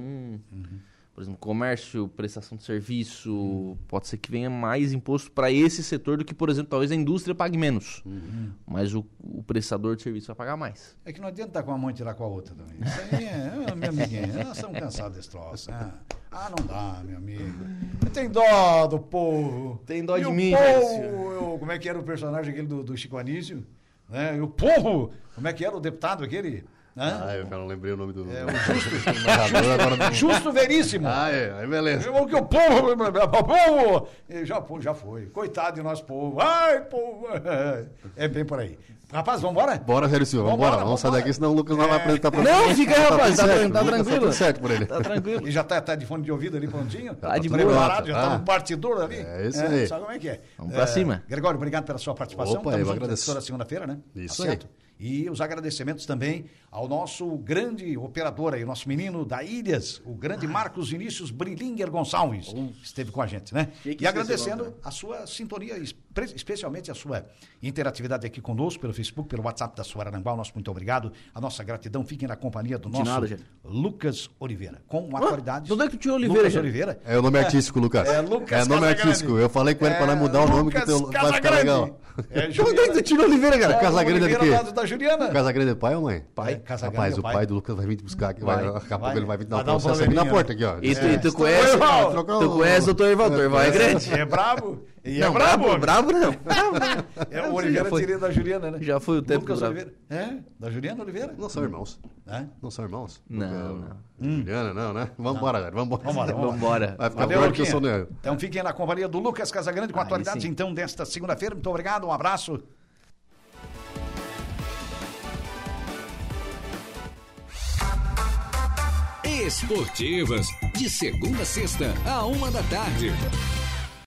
por exemplo, comércio, prestação de serviço, pode ser que venha mais imposto para esse setor do que, por exemplo, talvez a indústria pague menos.
Uhum.
Mas o, o prestador de serviço vai pagar mais.
É que não adianta estar com uma mão e tirar com a outra também. Isso aí é, é, meu amiguinho, nós estamos cansados desse troço. Ah, ah, não dá, meu amigo. Tem dó do povo.
Tem dó
E
de
o
mim, né,
povo, eu- Como é que era o personagem aquele do, do Chico Anísio? Né? E o povo, como é que era o deputado aquele? Hã?
Ah, eu não lembrei o nome do.
É, o justo, (laughs)
do narrador, agora
é.
não-
justo veríssimo.
Ah, é. Aí beleza.
O que o povo, o povo, eh, já, foi- já foi. Coitado de nosso povo. Ai, povo. (laughs) É bem por aí. Rapaz, vamos embora?
Bora, Jair Silva. Vambora.
Vambora,
Vamos sair
vambora. É.
daqui, senão o Lucas não vai apresentar pra
Não, fica aí,
tudo
rapaz, tá
certo,
tran- tá
Lucas,
tranquilo.
tudo certo por ele.
Tá tranquilo.
E já tá, tá de fone de ouvido ali prontinho?
Tá de boa.
preparado, já tá
Ah.
no partidor ali?
É isso aí.
Sabe como é que é?
Vamos pra
É,
cima.
Gregório, obrigado pela sua participação.
Opa, eu
Estamos
agradeço.
toda segunda-feira, né?
Isso
Tá
aí.
certo? E os agradecimentos também ao nosso grande operador aí, nosso menino da Ilhas, o
Ah.
grande Marcos Vinícius Brilinger Gonçalves, que esteve com a gente, né?
que
e
esqueceu
agradecendo
o nome,
a sua sintonia, espe- especialmente a sua interatividade aqui conosco, pelo Facebook, pelo WhatsApp da Suarananguá, o nosso muito obrigado, a nossa gratidão, fiquem na companhia do nosso
nada, gente.
Lucas Oliveira, com atualidades.
Onde é que tu tirou Oliveira,
Lucas
gente?
Oliveira.
É o nome artístico, Lucas.
É Lucas
nome
Casagrande.
artístico. Eu falei com ele pra
É
não mudar o nome que
Lucas
teu... vai ficar
Casagrande.
legal. (laughs)
É
Onde é que tu
Juliana.
tirou Oliveira, cara?
É,
Casagrande é do
Oliveira
quê?
lá da Juliana.
Casagrande é pai ou mãe?
Pai, Casagrande
Rapaz,
é
o pai.
pai
do Lucas vai vir te buscar aqui. Vai,
Vai,
daqui a
vai.
pouco ele vai vir te dar
Vai
um
dar um
processo aqui na
probleminha.
porta. Aqui, ó.
E tu,
É.
e tu conhece,
Erval.
tu conhece o doutor Erval, o doutor Erval é grande.
(laughs) É brabo. E é
Não,
brabo.
brabo,
homem.
brabo não.
É o
Já
Oliveira
foi.
tirei da Juliana, né?
Já foi o tempo
Lucas
do brabo.
Oliveira. É? Da Juliana Oliveira?
Não são irmãos.
Né?
Não são irmãos?
Não,
Nunca-
não.
Juliana, não, né? Vambora, galera. Vambora.
Hum. Vambora, vambora.
(laughs) Vambora.
Vai ficar
Valeu,
pior que eu sou né?
Luquinha.
negro.
Então fiquem na companhia do Lucas Casagrande com
Aí
atualidades
sim.
então desta segunda-feira. Muito obrigado, um abraço.
Esportivas, de segunda a sexta, a uma da tarde.